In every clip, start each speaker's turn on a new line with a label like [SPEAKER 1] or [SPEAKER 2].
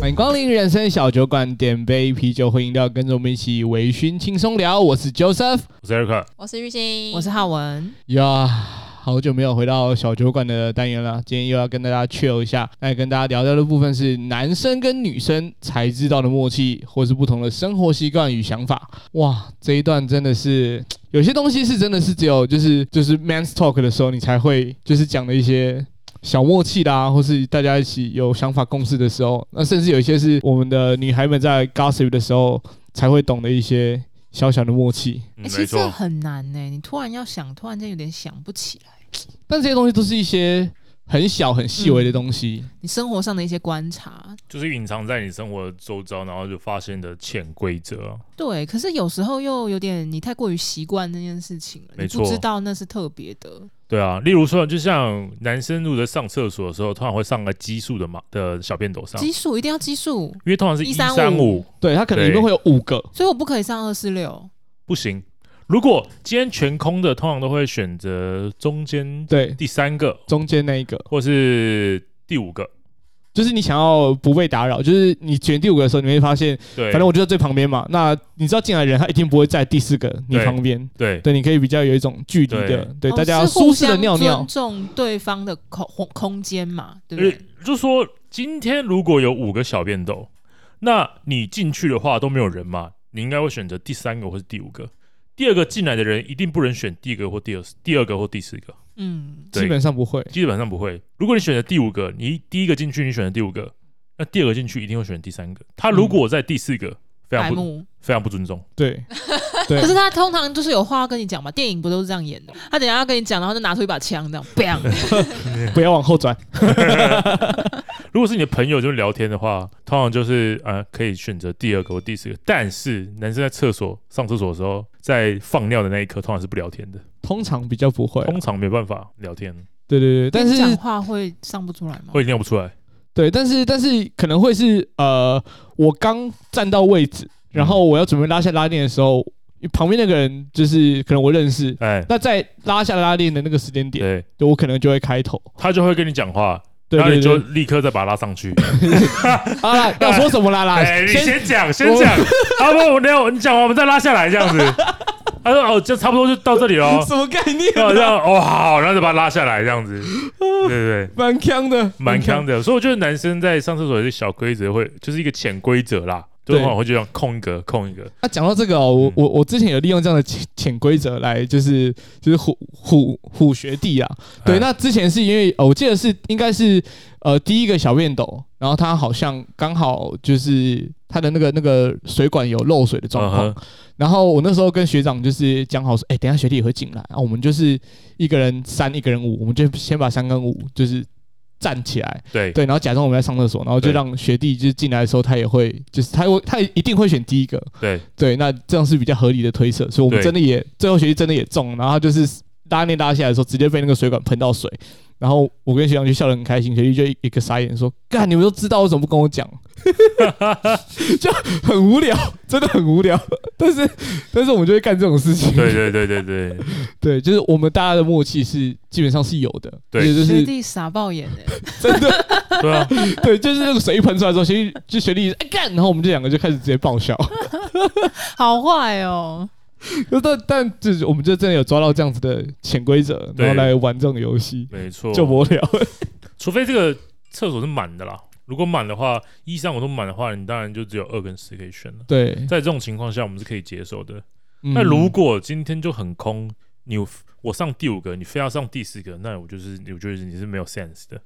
[SPEAKER 1] 欢迎光临人生小酒馆，点杯啤酒或饮料，跟着我们一起微醺轻松聊。我是 Joseph
[SPEAKER 2] 我是 Eric，
[SPEAKER 3] 我是玉兴，
[SPEAKER 4] 我是浩文，
[SPEAKER 1] 呀，好久没有回到小酒馆的单元了，今天又要跟大家 chill 一下。那跟大家聊聊的部分是男生跟女生才知道的默契，或是不同的生活习惯与想法。哇，这一段真的是有些东西是真的是只有就是就是 man's talk 的时候，你才会就是讲的一些小默契啦，或是大家一起有想法共识的时候，那甚至有一些是我们的女孩们在 gossip 的时候才会懂的一些小小的默契。
[SPEAKER 2] 嗯
[SPEAKER 4] 哎、其
[SPEAKER 2] 没
[SPEAKER 4] 实这
[SPEAKER 2] 错，
[SPEAKER 4] 很难呢、你突然要想，突然间有点想不起来。
[SPEAKER 1] 但这些东西都是一些很小很细微的东西。
[SPEAKER 4] 你生活上的一些观察，
[SPEAKER 2] 就是隐藏在你生活周遭，然后就发现的潜规则啊。
[SPEAKER 4] 对，可是有时候又有点你太过于习惯那件事情了，
[SPEAKER 2] 没
[SPEAKER 4] 你
[SPEAKER 2] 错
[SPEAKER 4] 不知道那是特别的。
[SPEAKER 2] 对啊，例如说，就像男生如果在上厕所的时候，通常会上个奇数的嘛的小便斗上，
[SPEAKER 4] 基数一定要基数，
[SPEAKER 2] 因为通常是一
[SPEAKER 4] 135
[SPEAKER 2] 三五，
[SPEAKER 1] 对，它可能里面
[SPEAKER 2] 对
[SPEAKER 1] 会有五个，
[SPEAKER 4] 所以我不可以上二四六。
[SPEAKER 2] 不行。如果今天全空的，通常都会选择中间
[SPEAKER 1] 对，
[SPEAKER 2] 第三个
[SPEAKER 1] 中间那一个，
[SPEAKER 2] 或是第五个。
[SPEAKER 1] 就是你想要不被打扰，就是你选第五个的时候，你会发现，
[SPEAKER 2] 对，
[SPEAKER 1] 反正我就在最旁边嘛。那你知道进来的人，他一定不会在第四个你
[SPEAKER 2] 对
[SPEAKER 1] 旁边，
[SPEAKER 2] 对
[SPEAKER 1] 对，你可以比较有一种距离的，对，
[SPEAKER 4] 哦
[SPEAKER 1] 大家要
[SPEAKER 4] 是互
[SPEAKER 1] 舒适的
[SPEAKER 4] 相
[SPEAKER 1] 尿尿
[SPEAKER 4] 尊。重对方的空空空间嘛，对不
[SPEAKER 2] 呃
[SPEAKER 4] 对？，
[SPEAKER 2] 就说今天如果有五个小便斗，那你进去的话都没有人嘛，你应该会选择第三个或是第五个。第二个进来的人一定不能选第一个或第二第二个或第四个，
[SPEAKER 4] 嗯，
[SPEAKER 2] 对
[SPEAKER 1] 基本上不会，
[SPEAKER 2] 基本上不会。如果你选择第五个，你第一个进去你选择第五个，那第二个进去一定会选第三个。他如果在第四个，非
[SPEAKER 4] 白
[SPEAKER 2] 常不
[SPEAKER 4] 目。
[SPEAKER 2] 非常不尊重。
[SPEAKER 1] 对，对
[SPEAKER 4] 可，是他通常就是有话要跟你讲嘛，电影不都是这样演的？他等一下要跟你讲，然后就拿出一把枪，这样，bang，
[SPEAKER 1] 不要往后转。
[SPEAKER 2] 如果是你的朋友就聊天的话，通常就是呃可以选择第二个或第四个。但是男生在厕所上厕所的时候，在放尿的那一刻，通常是不聊天的。
[SPEAKER 1] 通常比较不会，
[SPEAKER 2] 通常没办法聊天，
[SPEAKER 1] 对对对， 但
[SPEAKER 4] 讲
[SPEAKER 1] 是
[SPEAKER 4] 话会上不出来吗？
[SPEAKER 2] 会尿不出来。
[SPEAKER 1] 对，但是但是可能会是呃，我刚站到位置，然后
[SPEAKER 2] 嗯
[SPEAKER 1] 我要准备拉下拉链的时候，旁边那个人就是可能我认识，
[SPEAKER 2] 哎，
[SPEAKER 1] 那在拉下拉链的那个时间点，
[SPEAKER 2] 对，
[SPEAKER 1] 我可能就会开头。
[SPEAKER 2] 他就会跟你讲话，
[SPEAKER 1] 对
[SPEAKER 2] 然后
[SPEAKER 1] 对
[SPEAKER 2] 你就
[SPEAKER 1] 对，
[SPEAKER 2] 立刻再把他拉上 去。
[SPEAKER 1] 好啦，要说什么啦啦
[SPEAKER 2] 哎，，你
[SPEAKER 1] 啊先。
[SPEAKER 2] 先讲，先讲， 好不好？我等一下我你讲完，我们再拉下来这样子。他说哦，就差不多就到这里喽
[SPEAKER 1] 什么概念
[SPEAKER 2] 然后这
[SPEAKER 1] 啊？
[SPEAKER 2] 样哦好，然后就把他拉下来这样子。对对对，
[SPEAKER 1] 蛮强的，
[SPEAKER 2] 蛮强的。所以我觉得男生在上厕所有些小规则会，就是一个潜规则啦，就是
[SPEAKER 1] 对
[SPEAKER 2] 往会就这样空一个空一个。
[SPEAKER 1] 那讲到这个哦，我
[SPEAKER 2] 嗯
[SPEAKER 1] 我我之前有利用这样的潜潜规则来，就是就是唬唬唬学弟啊。对，
[SPEAKER 2] 哎
[SPEAKER 1] 那之前是因为、哦我记得是应该是呃第一个小便斗，然后他好像刚好就是他的那个那个水管有漏水的状况，
[SPEAKER 2] 嗯哼
[SPEAKER 1] 然后我那时候跟学长就是讲好说，哎、等一下学弟也会进来啊，我们就是一个人三，一个人五，我们就先把三跟五就是站起来，
[SPEAKER 2] 对
[SPEAKER 1] 对，然后假装我们在上厕所，然后就
[SPEAKER 2] 对
[SPEAKER 1] 让学弟就是进来的时候，他也会就是他会他一定会选第一个，
[SPEAKER 2] 对
[SPEAKER 1] 对，那这样是比较合理的推测，所以我们
[SPEAKER 2] 对
[SPEAKER 1] 真的也最后学弟真的也中，然后他就是拉链拉下来的时候，直接被那个水管喷到水，然后我跟学长就笑得很开心，学弟就一一个傻眼说：“干，你们都知道，为什么不跟我 讲？”就很无聊，真的很无聊。 但是但是我们就会干这种事情，
[SPEAKER 2] 对对对对对，
[SPEAKER 1] 对就是我们大家的默契是基本上是有的，
[SPEAKER 2] 对
[SPEAKER 1] 而且就
[SPEAKER 4] 学
[SPEAKER 1] 是
[SPEAKER 4] 弟傻爆眼哎、
[SPEAKER 1] 真的
[SPEAKER 2] 对啊，
[SPEAKER 1] 对，就是那个水一喷出来之后，学弟就学弟哎干，然后我们这两个就开始直接爆笑。
[SPEAKER 4] 好坏哦，
[SPEAKER 1] 但但就是我们就真的有抓到这样子的潜规则，
[SPEAKER 2] 对
[SPEAKER 1] 然
[SPEAKER 2] 哦
[SPEAKER 1] 后来玩这种游戏，
[SPEAKER 2] 没错。
[SPEAKER 1] 就无聊。
[SPEAKER 2] 除非这个厕所是满的啦，如果满的话，一三五都满的话，你当然就只有二跟四可以选了。
[SPEAKER 1] 对，
[SPEAKER 2] 在这种情况下，我们是可以接受的。
[SPEAKER 1] 嗯
[SPEAKER 2] 那如果今天就很空，你我上第五个，你非要上第四个，那我就是我觉得你是没有 sense 的。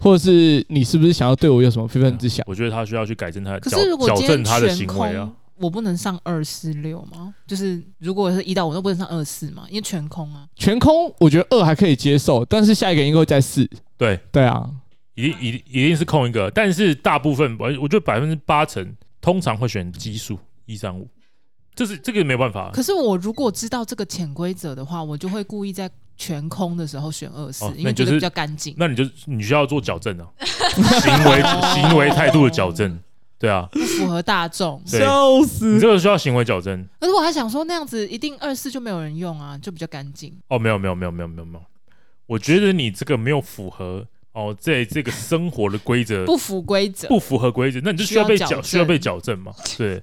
[SPEAKER 1] 或者是你是不是想要对我有什么非分之想？
[SPEAKER 2] 我觉得他需要去改正他的
[SPEAKER 4] 可
[SPEAKER 2] 矫
[SPEAKER 4] 是如果
[SPEAKER 2] 矫
[SPEAKER 4] 今
[SPEAKER 2] 正
[SPEAKER 4] 天
[SPEAKER 2] 他的
[SPEAKER 4] 全
[SPEAKER 2] 行为啊
[SPEAKER 4] 空。，我不能上二四六吗？就是如果是一到五都不能上二四嘛，因为全空啊。
[SPEAKER 1] 全空，我觉得二还可以接受，但是下一个应该会在四。
[SPEAKER 2] 对
[SPEAKER 1] 对啊，
[SPEAKER 2] 一定一定一定是空一个，但是大部分我我觉得百分之八成通常会选奇数一三五，这是这个没有办法。啊
[SPEAKER 4] 可是我如果知道这个潜规则的话，我就会故意在全空的时候选二四、
[SPEAKER 2] 哦
[SPEAKER 4] 因
[SPEAKER 2] 那
[SPEAKER 4] 为
[SPEAKER 2] 就是
[SPEAKER 4] 觉得比较干净。
[SPEAKER 2] 那你就你需要做矫正啊，行为行为态度的矫正。对啊，
[SPEAKER 4] 不符合大众。
[SPEAKER 2] 对
[SPEAKER 1] 笑
[SPEAKER 2] 你
[SPEAKER 1] 死！
[SPEAKER 2] 这个需要行为矫正。
[SPEAKER 4] 可是我还想说，那样子一定二四就没有人用啊，就比较干净。
[SPEAKER 2] 哦，没有没有没有没有没有没有，我觉得你这个没有符合哦，在这个生活的规则
[SPEAKER 4] 不符规则。
[SPEAKER 2] 不符合规则，那你就需要
[SPEAKER 4] 需要
[SPEAKER 2] 被
[SPEAKER 4] 矫
[SPEAKER 2] 矫
[SPEAKER 4] 正
[SPEAKER 2] 需要被矫正嘛？对，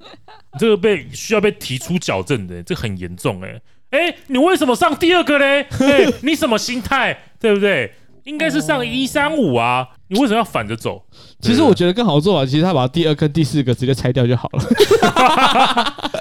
[SPEAKER 2] 你这个被需要被提出矫正的，这很严重哎、哎、你为什么上第二个嘞？哎、你什么心态？对不对？应该是上一三五啊，你为什么要反着走？
[SPEAKER 1] 其实我觉得更好的做法，其实他把第二跟第四个直接拆掉就好了。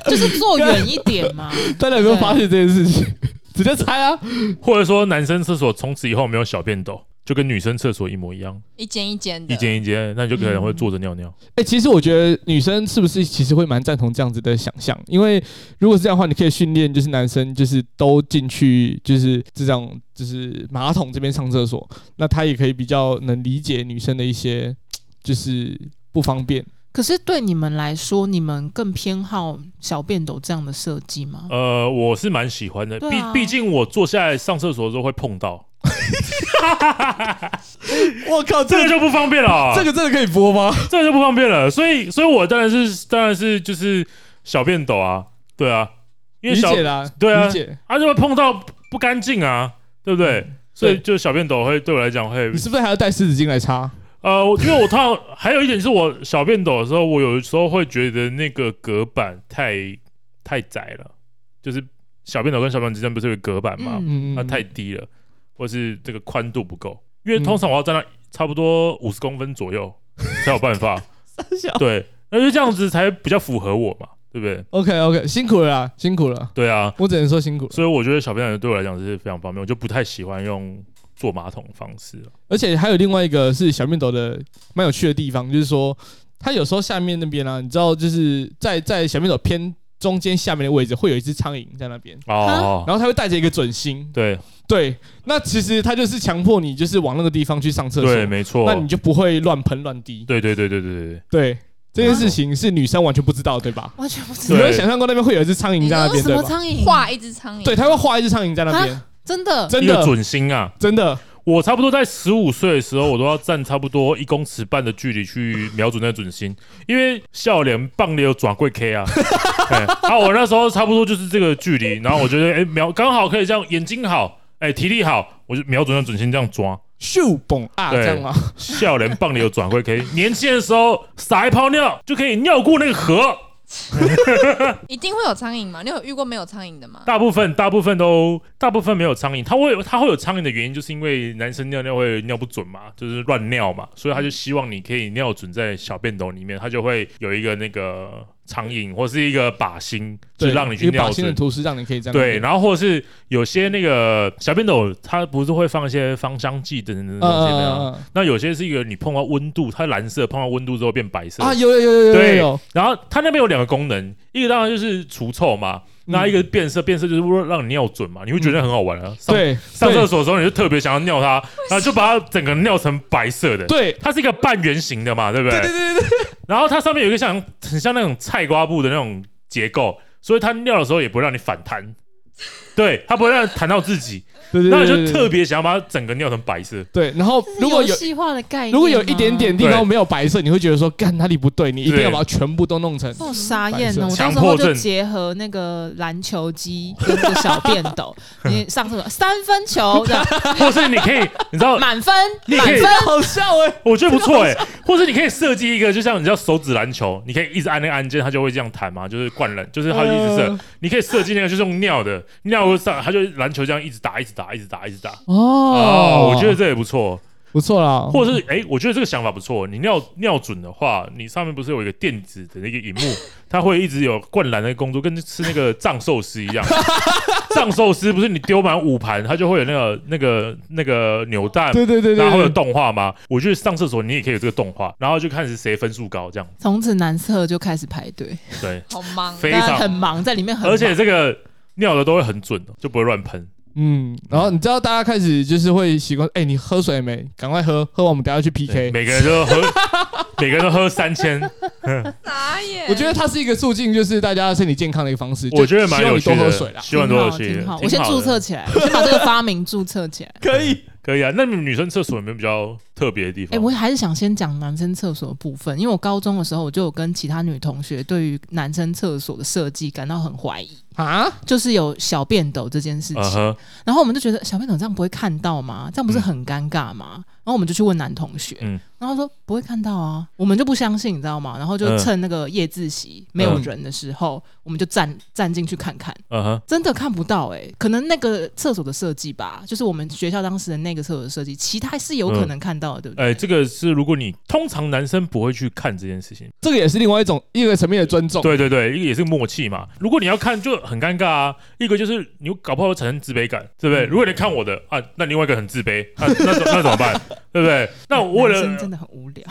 [SPEAKER 4] 就是坐远一点 嘛。
[SPEAKER 1] 大家有没有发现这件事情？ 直接拆啊！
[SPEAKER 2] 或者说男生厕所从此以后没有小便斗，就跟女生厕所一模一样，
[SPEAKER 3] 一间一间的，
[SPEAKER 2] 一间一间，那你就可能会坐着尿尿。
[SPEAKER 1] 哎、其实我觉得女生是不是其实会蛮赞同这样子的想象，因为如果是这样的话，你可以训练就是男生就是都进去就是这样就是马桶这边上厕所，那他也可以比较能理解女生的一些就是不方便。
[SPEAKER 4] 可是对你们来说，你们更偏好小便斗这样的设 计吗？
[SPEAKER 2] 呃，我是蛮喜欢的，
[SPEAKER 4] 对
[SPEAKER 2] 毕
[SPEAKER 4] 啊
[SPEAKER 2] 毕竟我坐下来上厕所的时候会碰到，
[SPEAKER 1] 我靠，这
[SPEAKER 2] 这个
[SPEAKER 1] 个
[SPEAKER 2] 就不方便了啊、
[SPEAKER 1] 这个真的可以播吗？
[SPEAKER 2] 这个就不方便了。所以，所以我当然是当然是就是小便斗啊，对啊，因为
[SPEAKER 1] 理
[SPEAKER 2] 小
[SPEAKER 1] 解啦，
[SPEAKER 2] 对啊
[SPEAKER 1] 理解。
[SPEAKER 2] 啊就会碰到不干净啊，对不
[SPEAKER 1] 嗯
[SPEAKER 2] 对？所以就小便斗会对我来讲会
[SPEAKER 1] 你是不是还要带湿纸巾来擦？
[SPEAKER 2] 呃，我因为我通常还有一点是我小便斗的时候，我有时候会觉得那个隔板太太窄了，就是小便斗跟小便斗之间不是有隔板吗？
[SPEAKER 1] 嗯，
[SPEAKER 2] 它啊太低了，或是这个宽度不够，因为通常我要站到差不多五十公分左右才有办法。对，那就这样子才比较符合我嘛，对不对？
[SPEAKER 1] OK OK，辛苦了啦，辛苦了，
[SPEAKER 2] 对啊，
[SPEAKER 1] 我只能说辛苦了。
[SPEAKER 2] 所以我觉得小便斗对我来讲是非常方便，我就不太喜欢用坐马桶的方式了。
[SPEAKER 1] 而且还有另外一个是小面斗的蛮有趣的地方，就是说它有时候下面那边啊，你知道，就是在在小面斗偏中间下面的位置会有一只苍蝇在那边，
[SPEAKER 2] 哦，
[SPEAKER 1] 然后它会带着一个准心，
[SPEAKER 2] 对
[SPEAKER 1] 对，那其实它就是强迫你就是往那个地方去上厕
[SPEAKER 2] 对，
[SPEAKER 1] 所，
[SPEAKER 2] 没错
[SPEAKER 1] 那，你就不会乱喷乱滴，
[SPEAKER 2] 对对对对对对
[SPEAKER 1] 对，这件事情是女生完全不知道，对吧？
[SPEAKER 4] 完全不知
[SPEAKER 1] 你
[SPEAKER 2] 对
[SPEAKER 4] 道
[SPEAKER 1] 没有想象过那边会有一只苍蝇在那边，
[SPEAKER 4] 什
[SPEAKER 1] 对
[SPEAKER 4] 么
[SPEAKER 1] 吧？
[SPEAKER 4] 苍蝇，
[SPEAKER 3] 画一只苍蝇，
[SPEAKER 1] 对，它会画一只苍蝇在那边，
[SPEAKER 4] 真的
[SPEAKER 1] 真
[SPEAKER 2] 一个
[SPEAKER 1] 的，
[SPEAKER 2] 准心啊！
[SPEAKER 1] 真的，
[SPEAKER 2] 我差不多在十五岁的时候，我都要站差不多一公尺半的距离去瞄准那个准心，因为笑脸棒里有转贵 K 啊。 哎啊，我那时候差不多就是这个距离，然后我觉得哎、瞄刚好可以这样，眼睛好，哎、体力好，我就瞄准那准心这样抓。
[SPEAKER 1] 咻嘣啊，
[SPEAKER 2] 对
[SPEAKER 1] 这样吗？
[SPEAKER 2] 笑脸棒里有转会 K，年轻的时候撒一泡尿就可以尿过那个河，
[SPEAKER 3] 一定会有苍蝇吗？你有遇过没有苍蝇的吗？
[SPEAKER 2] 大部分大部分都大部分没有苍蝇，它会有它会有苍蝇的原因，就是因为男生尿尿会尿不准嘛，就是乱尿嘛，所以他就希望你可以尿准在小便斗里面，他就会有一个那个苍蝇或是一个靶心，就
[SPEAKER 1] 对，
[SPEAKER 2] 让你
[SPEAKER 1] 一
[SPEAKER 2] 去
[SPEAKER 1] 个
[SPEAKER 2] 尿
[SPEAKER 1] 靶心的
[SPEAKER 2] 准。
[SPEAKER 1] 图示让你可以这样
[SPEAKER 2] 对，然后或者是有些那个小便斗，它不是会放一些芳香剂等等
[SPEAKER 1] 嗯
[SPEAKER 2] 等等
[SPEAKER 1] 嗯
[SPEAKER 2] 等等
[SPEAKER 1] 嗯
[SPEAKER 2] 啊。
[SPEAKER 1] 嗯
[SPEAKER 2] 那有些是一个你碰到温度，它蓝色碰到温度之后变白色
[SPEAKER 1] 啊，有有有有有有
[SPEAKER 2] 对
[SPEAKER 1] 有，
[SPEAKER 2] 然后它那边有两个功能，一个当然就是除臭嘛，
[SPEAKER 1] 嗯
[SPEAKER 2] 那一个变色，变色就是为了让你尿准嘛，你会觉得很好玩啊。上
[SPEAKER 1] 对
[SPEAKER 2] 上厕所的时候你就特别想要尿它，然后就把它整个尿成白色的。，
[SPEAKER 1] 对
[SPEAKER 2] 它是一个半圆形的嘛，对不对？
[SPEAKER 1] 对对对对，
[SPEAKER 2] 然后它上面有一个像很像那种菜瓜布的那种结构，所以它尿的时候也不会让你反 弹，对，它不会让你弹到自己，
[SPEAKER 1] 对对，
[SPEAKER 2] 那你就特别想要把它整个尿成白色。
[SPEAKER 1] 对。然后
[SPEAKER 4] 这是
[SPEAKER 1] 如果
[SPEAKER 4] 游
[SPEAKER 1] 有
[SPEAKER 4] 戏化的概念吗，
[SPEAKER 1] 如果有一点点地方
[SPEAKER 2] 对
[SPEAKER 1] 没有白色，你会觉得说干哪里不对，你一定要
[SPEAKER 2] 对
[SPEAKER 1] 把它全部都弄成。
[SPEAKER 4] 哦，傻眼了！我到
[SPEAKER 2] 强
[SPEAKER 4] 时
[SPEAKER 2] 迫
[SPEAKER 4] 候
[SPEAKER 2] 症
[SPEAKER 4] 就结合那个篮球机跟那个小便 斗，你上厕所三分球这样
[SPEAKER 2] 或是你可以，你知道，
[SPEAKER 4] 满分，
[SPEAKER 2] 你
[SPEAKER 4] 满
[SPEAKER 2] 可以
[SPEAKER 4] 分，
[SPEAKER 1] 好笑 哎，
[SPEAKER 2] 我觉得不错哎、或者你可以设计一个，就像你知道手指篮球，你可以一直按那个按键，它就会这样弹嘛，就是灌篮，就是它就一直射。
[SPEAKER 1] 呃
[SPEAKER 2] 你可以设计那个就是用尿的，尿会上，它就篮球这样一直打，一直打，一直打，一直打。
[SPEAKER 1] 哦
[SPEAKER 2] 哦，我觉得这也不错，
[SPEAKER 1] 不错啦。
[SPEAKER 2] 或者是哎、我觉得这个想法不错。你尿尿准的话，你上面不是有一个电子的那个 荧幕，它会一直有灌篮的工作，跟吃那个藏寿司一样。 藏寿司不是你丢满五盘，它就会有那个那个那个扭蛋
[SPEAKER 1] 对对对
[SPEAKER 2] 然后有
[SPEAKER 1] 对，对
[SPEAKER 2] 动画吗？我觉得上厕所你也可以有这个动画，然后就看是谁分数高这样。
[SPEAKER 4] 从此男厕就开始排队，
[SPEAKER 2] 对，
[SPEAKER 3] 好忙，
[SPEAKER 2] 非
[SPEAKER 4] 大
[SPEAKER 2] 常
[SPEAKER 4] 家很忙，在里面很忙，
[SPEAKER 2] 而且这个尿的都会很准，就不会乱喷。
[SPEAKER 1] 嗯，然后你知道大家开始就是会习惯，哎，你喝水没？赶快喝，喝完我们等下去
[SPEAKER 2] 对
[SPEAKER 1] PK。
[SPEAKER 2] 每个人都 喝，每个人都喝三千，
[SPEAKER 3] 傻眼。
[SPEAKER 1] 我觉得它是一个促进就是大家身体健康的一个方式。
[SPEAKER 2] 我觉得
[SPEAKER 1] 就
[SPEAKER 2] 蛮
[SPEAKER 1] 希望
[SPEAKER 2] 有
[SPEAKER 1] 你
[SPEAKER 2] 趣
[SPEAKER 1] 多
[SPEAKER 2] 的
[SPEAKER 1] 喝水啦，。。
[SPEAKER 2] 希
[SPEAKER 4] 挺
[SPEAKER 2] 望多
[SPEAKER 4] 好，
[SPEAKER 2] 有趣的
[SPEAKER 4] 挺好。
[SPEAKER 2] 挺
[SPEAKER 4] 我先
[SPEAKER 2] 好的
[SPEAKER 4] 注册起来，我先把这个发明注册起来
[SPEAKER 1] 可以，
[SPEAKER 2] 可以啊。那你们女生厕所有没有比较特别的地
[SPEAKER 4] 哎、
[SPEAKER 2] 方？
[SPEAKER 4] 我还是想先讲男生厕所的部分，因为我高中的时候我就有跟其他女同学对于男生厕所的设计感到很怀疑，
[SPEAKER 1] 啊，
[SPEAKER 4] 就是有小便斗这件事情。
[SPEAKER 2] 嗯哼，
[SPEAKER 4] 然后我们就觉得小便斗这样不会看到吗？这样不是很尴尬吗？然后我们就去问男同学，
[SPEAKER 2] 嗯
[SPEAKER 4] 然后他说不会看到啊，我们就不相信，你知道吗？然后就
[SPEAKER 2] 嗯
[SPEAKER 4] 趁那个夜自习没有人的时候，我们就站站进去看看，
[SPEAKER 2] 嗯哼，
[SPEAKER 4] 真的看不到哎、可能那个厕所的设计吧，就是我们学校当时的那个厕所的设计，其他是有可能看到的，对不
[SPEAKER 2] 嗯
[SPEAKER 4] 对？
[SPEAKER 2] 哎，这个是如果你通常男生不会去看这件事情，
[SPEAKER 1] 这个也是另外一种一个层面的尊
[SPEAKER 4] 哦
[SPEAKER 1] 重。
[SPEAKER 2] 对对对，一个也是默契嘛。如果你要看就很尴尬啊，一个就是你搞不好会产生自卑感，对不
[SPEAKER 4] 嗯
[SPEAKER 2] 对？如果你看我的啊，那另外一个很自卑，那 那怎那怎么办？对不对？那我为
[SPEAKER 4] 男生
[SPEAKER 2] 了
[SPEAKER 4] 真的很无聊。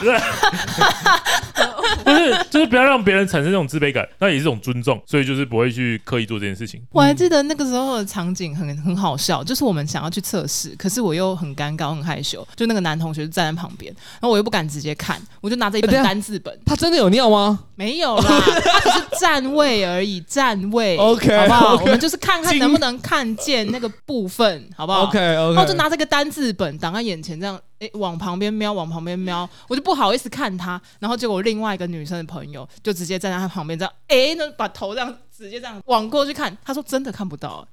[SPEAKER 2] 不是，就是不要让别人产生这种自卑感，那也是一种尊重，所以就是不会去刻意做这件事情。
[SPEAKER 4] 我还记得那个时候的场景很很好笑，就是我们想要去测试，可是我又很尴尬、很害羞，就那个男同学就站在旁边，然后我又不敢直接看，我就拿着一本
[SPEAKER 1] 哎等一下
[SPEAKER 4] 单字本，
[SPEAKER 1] 他真的有尿吗？
[SPEAKER 4] 没有啦， 他只是站位而已，站位
[SPEAKER 1] OK，
[SPEAKER 4] 好 不好
[SPEAKER 1] OK
[SPEAKER 4] 我们就是看看
[SPEAKER 1] 经
[SPEAKER 4] 能不能看见那个部分，好不好
[SPEAKER 1] OK
[SPEAKER 4] 然啊哦后就
[SPEAKER 1] OK，
[SPEAKER 4] 拿这个单字本挡在眼前，这样诶，往旁边瞄，往旁边瞄，我就不好意思看他。然后结果另外一个女生的朋友就直接站在他旁边，这样诶，那把头这样直接这样往过去看，他说真的看不到、欸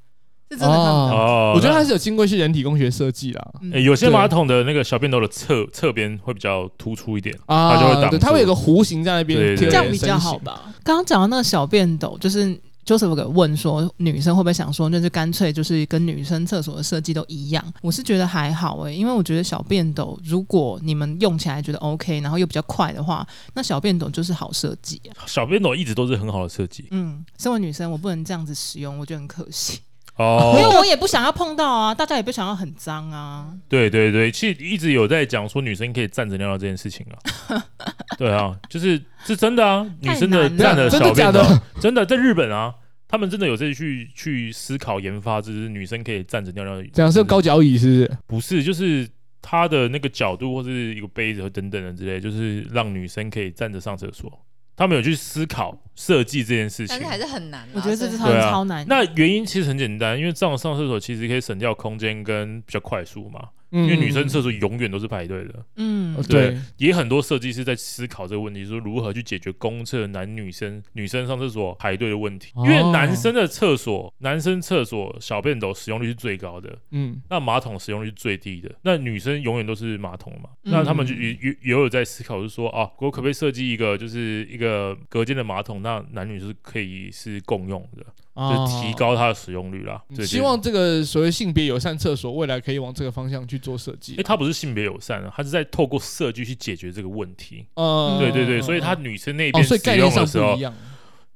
[SPEAKER 4] 是真的看不到。
[SPEAKER 2] 哦
[SPEAKER 1] 我觉得他是有经过一些人体工学设计啦。
[SPEAKER 4] 嗯
[SPEAKER 2] 诶有些
[SPEAKER 1] 对
[SPEAKER 2] 马桶的那个小便斗的侧侧边会比较突出一点，它就会
[SPEAKER 1] 啊，
[SPEAKER 2] 挡
[SPEAKER 1] 对，
[SPEAKER 2] 住。
[SPEAKER 1] 它会有个弧形在那边
[SPEAKER 2] 对，
[SPEAKER 1] 贴
[SPEAKER 2] 对
[SPEAKER 4] 这样
[SPEAKER 1] 着
[SPEAKER 4] 比较
[SPEAKER 1] 身
[SPEAKER 4] 好
[SPEAKER 1] 形。
[SPEAKER 4] 吧？刚刚讲到那个小便斗，就是 Joseph 给问说，女生会不会想说，那就干脆就是跟女生厕所的设计都一样？我是觉得还好诶、因为我觉得小便斗，如果你们用起来觉得 OK，然后又比较快的话，那小便斗就是好设计、啊。
[SPEAKER 2] 小便斗一直都是很好的设计
[SPEAKER 4] 嗯，身为女生，我不能这样子使用，我觉得很可惜，因为
[SPEAKER 2] 哦。
[SPEAKER 4] 我也不想要碰到啊，大家也不想要很脏啊。
[SPEAKER 2] 对对对，其实一直有在讲说女生可以站着尿尿这件事情啊。 对啊，就是是真的啊，女
[SPEAKER 4] 太
[SPEAKER 2] 生的
[SPEAKER 4] 难了
[SPEAKER 2] 站着
[SPEAKER 1] 真的
[SPEAKER 2] 小
[SPEAKER 1] 假
[SPEAKER 2] 便斗
[SPEAKER 1] 的？
[SPEAKER 2] 真的在日本啊，他们真的有在去去思考研发，就是女生可以站着尿尿的。
[SPEAKER 1] 怎样是用高脚椅是不是？
[SPEAKER 2] 不是，就是它的那个角度或是一个杯子等等的之类，就是让女生可以站着上厕所。他们有去思考设计这件事情
[SPEAKER 3] 但是，还是很难啊。
[SPEAKER 4] 我觉得这
[SPEAKER 3] 真
[SPEAKER 4] 是
[SPEAKER 3] 的
[SPEAKER 4] 超、
[SPEAKER 2] 对啊
[SPEAKER 4] 超难。
[SPEAKER 2] 那原因其实很简单，因为这样上厕所其实可以省掉空间跟比较快速嘛。
[SPEAKER 1] 因
[SPEAKER 3] 嗯
[SPEAKER 2] 因为女生厕所永远都是排队的，哦
[SPEAKER 4] 嗯，
[SPEAKER 1] 嗯对，
[SPEAKER 2] 也很多设计师在思考这个问题，说如何去解决公厕男女生女生上厕所排队的问题。
[SPEAKER 1] 哦
[SPEAKER 2] 因为男生的厕所，男生厕所小便斗使用率是最高的，
[SPEAKER 1] 嗯，
[SPEAKER 2] 那马桶使用率最低的，那女生永远都是马桶嘛。
[SPEAKER 4] 嗯
[SPEAKER 2] 那他们就也也也有在思考，就是说啊，我可不可以设计一个就是一个隔间的马桶，那男女是可以是共用的，就
[SPEAKER 1] 哦
[SPEAKER 2] 是提。高它的使用率啦。对
[SPEAKER 1] 嗯希。望这个所谓性别友善厕所未来可以往这个方向去做设计
[SPEAKER 2] 因为。它不是性别友善啊，它是在透过设计去解决这个问题。
[SPEAKER 1] 呃
[SPEAKER 2] 对对对，所以它女生那
[SPEAKER 1] 哦，
[SPEAKER 2] 边
[SPEAKER 1] 所
[SPEAKER 2] 使
[SPEAKER 1] 以概念
[SPEAKER 2] 用
[SPEAKER 1] 上
[SPEAKER 2] 的时
[SPEAKER 1] 不
[SPEAKER 2] 候
[SPEAKER 1] 一，样。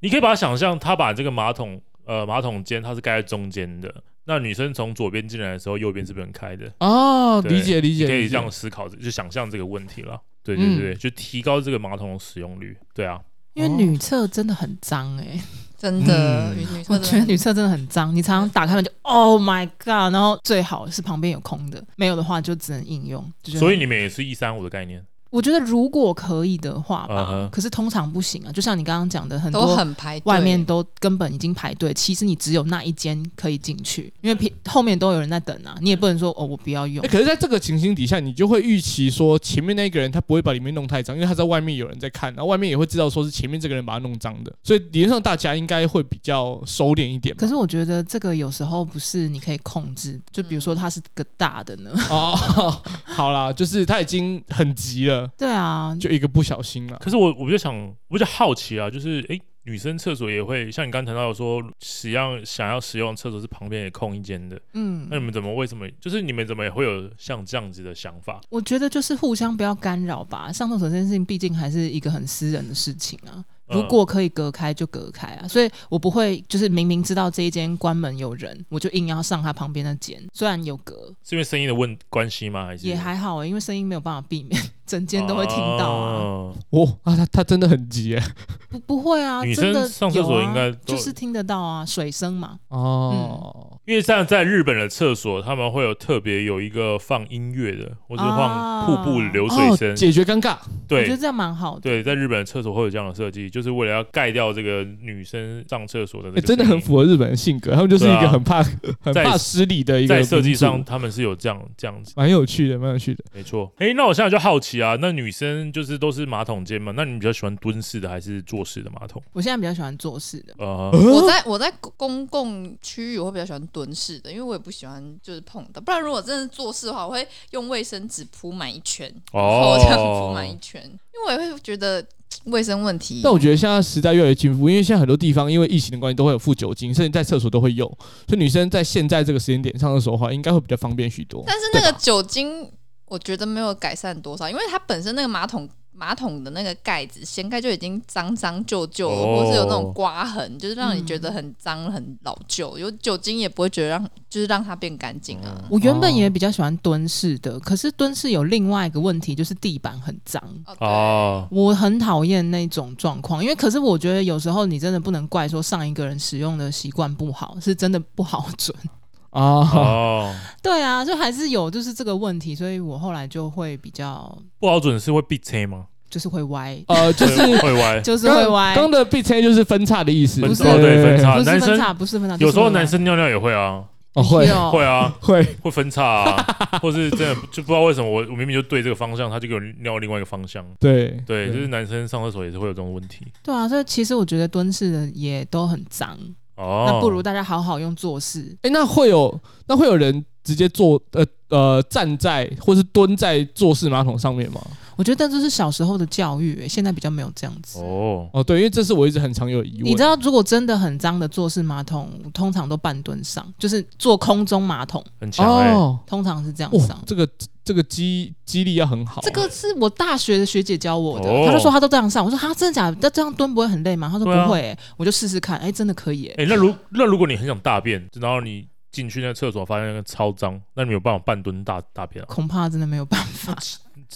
[SPEAKER 2] 你可以把它想象，它把这个马桶呃马桶间它是盖在中间的，那女生从左边进来的时候，右边是不能开的，
[SPEAKER 1] 哦，
[SPEAKER 2] 对
[SPEAKER 1] 理解理解，
[SPEAKER 2] 可以
[SPEAKER 1] 理解
[SPEAKER 2] 这样思考，就想象这个问题了。对
[SPEAKER 4] 嗯
[SPEAKER 2] 对对，就提高这个马桶的使用率。对啊，
[SPEAKER 4] 因为女厕真的很脏哎、
[SPEAKER 3] 真的，
[SPEAKER 2] 嗯
[SPEAKER 3] 女女厕
[SPEAKER 4] 我
[SPEAKER 3] 真的
[SPEAKER 4] 觉得女厕真的很脏，你常常打开门就 Oh my God，然后最好是旁边有空的，没有的话就只能应用。就觉得嗯
[SPEAKER 2] 所以你们也是一三五的概念。
[SPEAKER 4] 我觉得如果可以的话吧
[SPEAKER 2] 嗯哼
[SPEAKER 4] 可是通常不行啊。就像你刚刚讲的，很
[SPEAKER 3] 都
[SPEAKER 4] 多
[SPEAKER 3] 很排队
[SPEAKER 4] 外面都根本已经排队，其实你只有那一间可以进去，因为平后面都有人在等啊，你也不能说哦我不要用
[SPEAKER 2] 哎
[SPEAKER 1] 欸。可是在这个情形底下，你就会预期说前面那个人他不会把里面弄太脏，因为他在外面有人在看，然后外面也会知道说是前面这个人把他弄脏的，所以理论上大家应该会比较收敛一点吧。
[SPEAKER 4] 可是我觉得这个有时候不是你可以控制，就比如说它是个大的呢，
[SPEAKER 2] 嗯
[SPEAKER 1] 哦， 好啦，就是他已经很急了，
[SPEAKER 4] 对啊，
[SPEAKER 1] 就一个不小心了。
[SPEAKER 2] 可是我我就想，我就好奇啊，就是诶，女生厕所也会像你刚谈到说，使用想要使用的厕所是旁边也空一间的，
[SPEAKER 4] 嗯
[SPEAKER 2] 那，你们怎么为什么就是你们怎么也会有像这样子的想法？
[SPEAKER 4] 我觉得就是互相不要干扰吧。上厕所这件事情毕竟还是一个很私人的事情啊。
[SPEAKER 2] 嗯
[SPEAKER 4] 如果可以隔开就隔开啊，所以我不会就是明明知道这一间关门有人，我就硬要上他旁边那间，虽然有隔，
[SPEAKER 2] 是因为声音的问关系吗？还是
[SPEAKER 4] 也还好、欸，因为声音没有办法避免， 整间都会听到啊。
[SPEAKER 2] 哦
[SPEAKER 1] 哦，啊，他他真的很急耶。
[SPEAKER 4] 不不会啊，
[SPEAKER 2] 女
[SPEAKER 4] 真
[SPEAKER 2] 生
[SPEAKER 4] 的
[SPEAKER 2] 上厕所
[SPEAKER 4] 有啊
[SPEAKER 2] 应该都
[SPEAKER 4] 就是听得到啊，水声嘛。
[SPEAKER 1] 哦，
[SPEAKER 2] 因为像在日本的厕所，他们会有特别有一个放音乐的，或是
[SPEAKER 4] 啊
[SPEAKER 2] 放瀑布流水
[SPEAKER 1] 哦，
[SPEAKER 2] 声。
[SPEAKER 1] 解决尴尬。
[SPEAKER 4] 我觉得
[SPEAKER 2] 对
[SPEAKER 4] 这样蛮好的。
[SPEAKER 2] 对，在日本的厕所会有这样的设计，就就是为了要盖掉这个女生上厕所的那
[SPEAKER 1] 欸
[SPEAKER 2] 个、
[SPEAKER 1] 真的很符合日本人性格，他们就是一
[SPEAKER 2] 对
[SPEAKER 1] 个
[SPEAKER 2] 啊
[SPEAKER 1] 很怕、很
[SPEAKER 2] 在
[SPEAKER 1] 怕失礼的一个
[SPEAKER 2] 在设计
[SPEAKER 1] 民族
[SPEAKER 2] 上，他们是有这样这样子，
[SPEAKER 1] 蛮有趣的，蛮有趣的。
[SPEAKER 2] 没错。哎、那我现在就好奇啊，那女生就是都是马桶间嘛？那你比较喜欢蹲式的还是坐式的 马桶？
[SPEAKER 4] 我现在比较喜欢做事的，
[SPEAKER 1] 哦
[SPEAKER 2] 呃，
[SPEAKER 3] 我在我在公公共区域，我会比较喜欢蹲式的，因为我也不喜欢就是碰到。不然如果真的做事的话，我会用卫生纸铺满一圈，
[SPEAKER 2] 哦
[SPEAKER 3] 然后这样铺满一圈，因为我也会觉得嘖卫生问题。
[SPEAKER 1] 但我觉得现在时代越来越进步，因为现在很多地方因为疫情的关系都会有附酒精，甚至在厕所都会有，所以女生在现在这个时间点上厕所的话，应该会比较方便许多。
[SPEAKER 3] 但是那个
[SPEAKER 1] 对吧
[SPEAKER 3] 酒精，我觉得没有改善多少，因为它本身那个马桶马桶的那个盖子掀开就已经脏脏旧旧了，
[SPEAKER 2] 哦
[SPEAKER 3] 或是有那种刮痕，就是让你觉得很脏、很老旧。有酒精也不会觉得让，就是让它变干净啊。
[SPEAKER 4] 我原本也比较喜欢蹲式的，可是蹲式有另外一个问题，就是地板很脏。
[SPEAKER 3] 哦，对
[SPEAKER 2] 哦，
[SPEAKER 4] 我很讨厌那种状况，因为可是我觉得有时候你真的不能怪说上一个人使用的习惯不好，是真的不好准。
[SPEAKER 1] 啊，
[SPEAKER 2] 哦，
[SPEAKER 4] 对啊，就还是有就是这个问题，所以我后来就会比较
[SPEAKER 2] 不好准是会必切吗？
[SPEAKER 4] 就是会歪，
[SPEAKER 1] 呃，就是
[SPEAKER 2] 会会歪。
[SPEAKER 4] 就是会歪
[SPEAKER 1] 刚，刚的被拆就是分叉的意思，
[SPEAKER 2] 分
[SPEAKER 4] 叉
[SPEAKER 2] 对分叉
[SPEAKER 4] 不是
[SPEAKER 2] 男
[SPEAKER 4] 分
[SPEAKER 2] 生
[SPEAKER 4] 叉，不是分叉，
[SPEAKER 2] 有
[SPEAKER 4] 就是
[SPEAKER 2] 时候
[SPEAKER 4] 会歪
[SPEAKER 2] 男生尿尿也会啊，
[SPEAKER 1] 哦，会
[SPEAKER 4] 有
[SPEAKER 2] 会啊，
[SPEAKER 1] 会，
[SPEAKER 2] 会分叉啊，或是真的就不知道为什么我我明明就对这个方向，他就给我尿另外一个方向。
[SPEAKER 1] 对
[SPEAKER 2] 对，就是男生上厕所也是会有这种问题。
[SPEAKER 4] 对啊，所以其实我觉得蹲式的也都很脏，
[SPEAKER 2] 哦，
[SPEAKER 4] 那不如大家好好用坐式。
[SPEAKER 1] 哎、那会有那会有人直接坐呃呃站在或是蹲在坐式马桶上面吗？
[SPEAKER 4] 我觉得这是小时候的教育、欸现在比较没有这样子。
[SPEAKER 2] 哦，
[SPEAKER 1] 哦，对，因为这是我一直很常有疑问。哦
[SPEAKER 4] 你知道，如果真的很脏的坐式马桶，通常都半蹲上，就是坐空中马桶，
[SPEAKER 2] 很强哎、
[SPEAKER 1] 哦，
[SPEAKER 4] 通常是这样
[SPEAKER 1] 哇
[SPEAKER 4] 上，。
[SPEAKER 1] 这个这个肌肌力要很好。
[SPEAKER 4] 这个是我大学的学姐教我的，
[SPEAKER 2] 哦
[SPEAKER 4] 她就说她都这样上，我说她真的假的？那这样蹲不会很累吗？她说
[SPEAKER 2] 对啊
[SPEAKER 4] 不会、欸我就试试看，哎、真的可以、欸
[SPEAKER 2] 哎、那如那如果你很想大便，然后你进去那厕所发现那个超脏，那你有办法半蹲大大便啊？
[SPEAKER 4] 恐怕真的没有办法，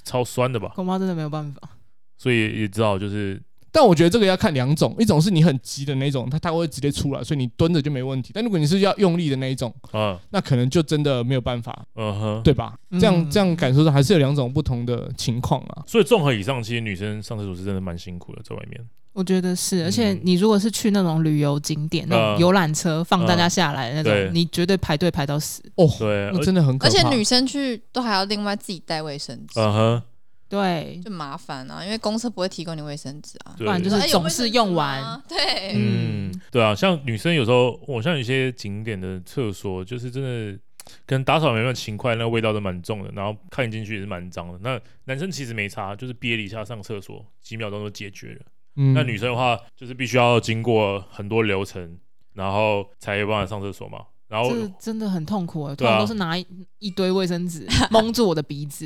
[SPEAKER 2] 超酸的吧？
[SPEAKER 4] 恐怕真的没有办法。
[SPEAKER 2] 所以也知道就是
[SPEAKER 1] 但我觉得这个要看两种，一种是你很急的那种，它它会直接出来，所以你蹲着就没问题。但如果你是要用力的那一种，
[SPEAKER 2] 啊，
[SPEAKER 1] 那可能就真的没有办法，
[SPEAKER 2] 嗯哼，。
[SPEAKER 1] 对吧？
[SPEAKER 4] 嗯
[SPEAKER 1] 这样这样感受上还是有两种不同的情况啊。
[SPEAKER 2] 所以综合以上，其实女生上厕所是真的蛮辛苦的，在外面。
[SPEAKER 4] 我觉得是，而且
[SPEAKER 2] 嗯
[SPEAKER 4] 你如果是去那种旅游景点，
[SPEAKER 2] 嗯
[SPEAKER 4] 那种游览车放大家下来的那
[SPEAKER 2] 对
[SPEAKER 4] 种，你绝对排队排到死。
[SPEAKER 1] 哦，
[SPEAKER 2] 对，
[SPEAKER 1] 那真的很可
[SPEAKER 3] 而
[SPEAKER 1] 怕。
[SPEAKER 3] 且女生去都还要另外自己带卫生纸，
[SPEAKER 2] 嗯哼，
[SPEAKER 4] 对，
[SPEAKER 3] 就麻烦啊，因为公司不会提供你卫生纸啊。
[SPEAKER 2] 对
[SPEAKER 4] 不然就
[SPEAKER 3] 说
[SPEAKER 4] 是
[SPEAKER 3] 哎有
[SPEAKER 4] 总
[SPEAKER 3] 卫生
[SPEAKER 4] 是
[SPEAKER 3] 纸吗
[SPEAKER 4] 用完
[SPEAKER 3] 对，
[SPEAKER 2] 嗯，对啊，像女生有时候，我像有些景点的厕所，就是真的可能打扫没那么勤快，那个味道都蛮重的，然后看进去也是蛮脏的。那男生其实没差，就是憋了一下上厕所，几秒钟就解决了。
[SPEAKER 1] 嗯
[SPEAKER 2] 那女生的话，就是必须要经过很多流程，然后才有办法上厕所嘛。然后
[SPEAKER 4] 这真的很痛苦哎、欸，
[SPEAKER 2] 哦对
[SPEAKER 4] 通
[SPEAKER 2] 啊
[SPEAKER 4] 常都是拿一一堆卫生 纸蒙住我的鼻子，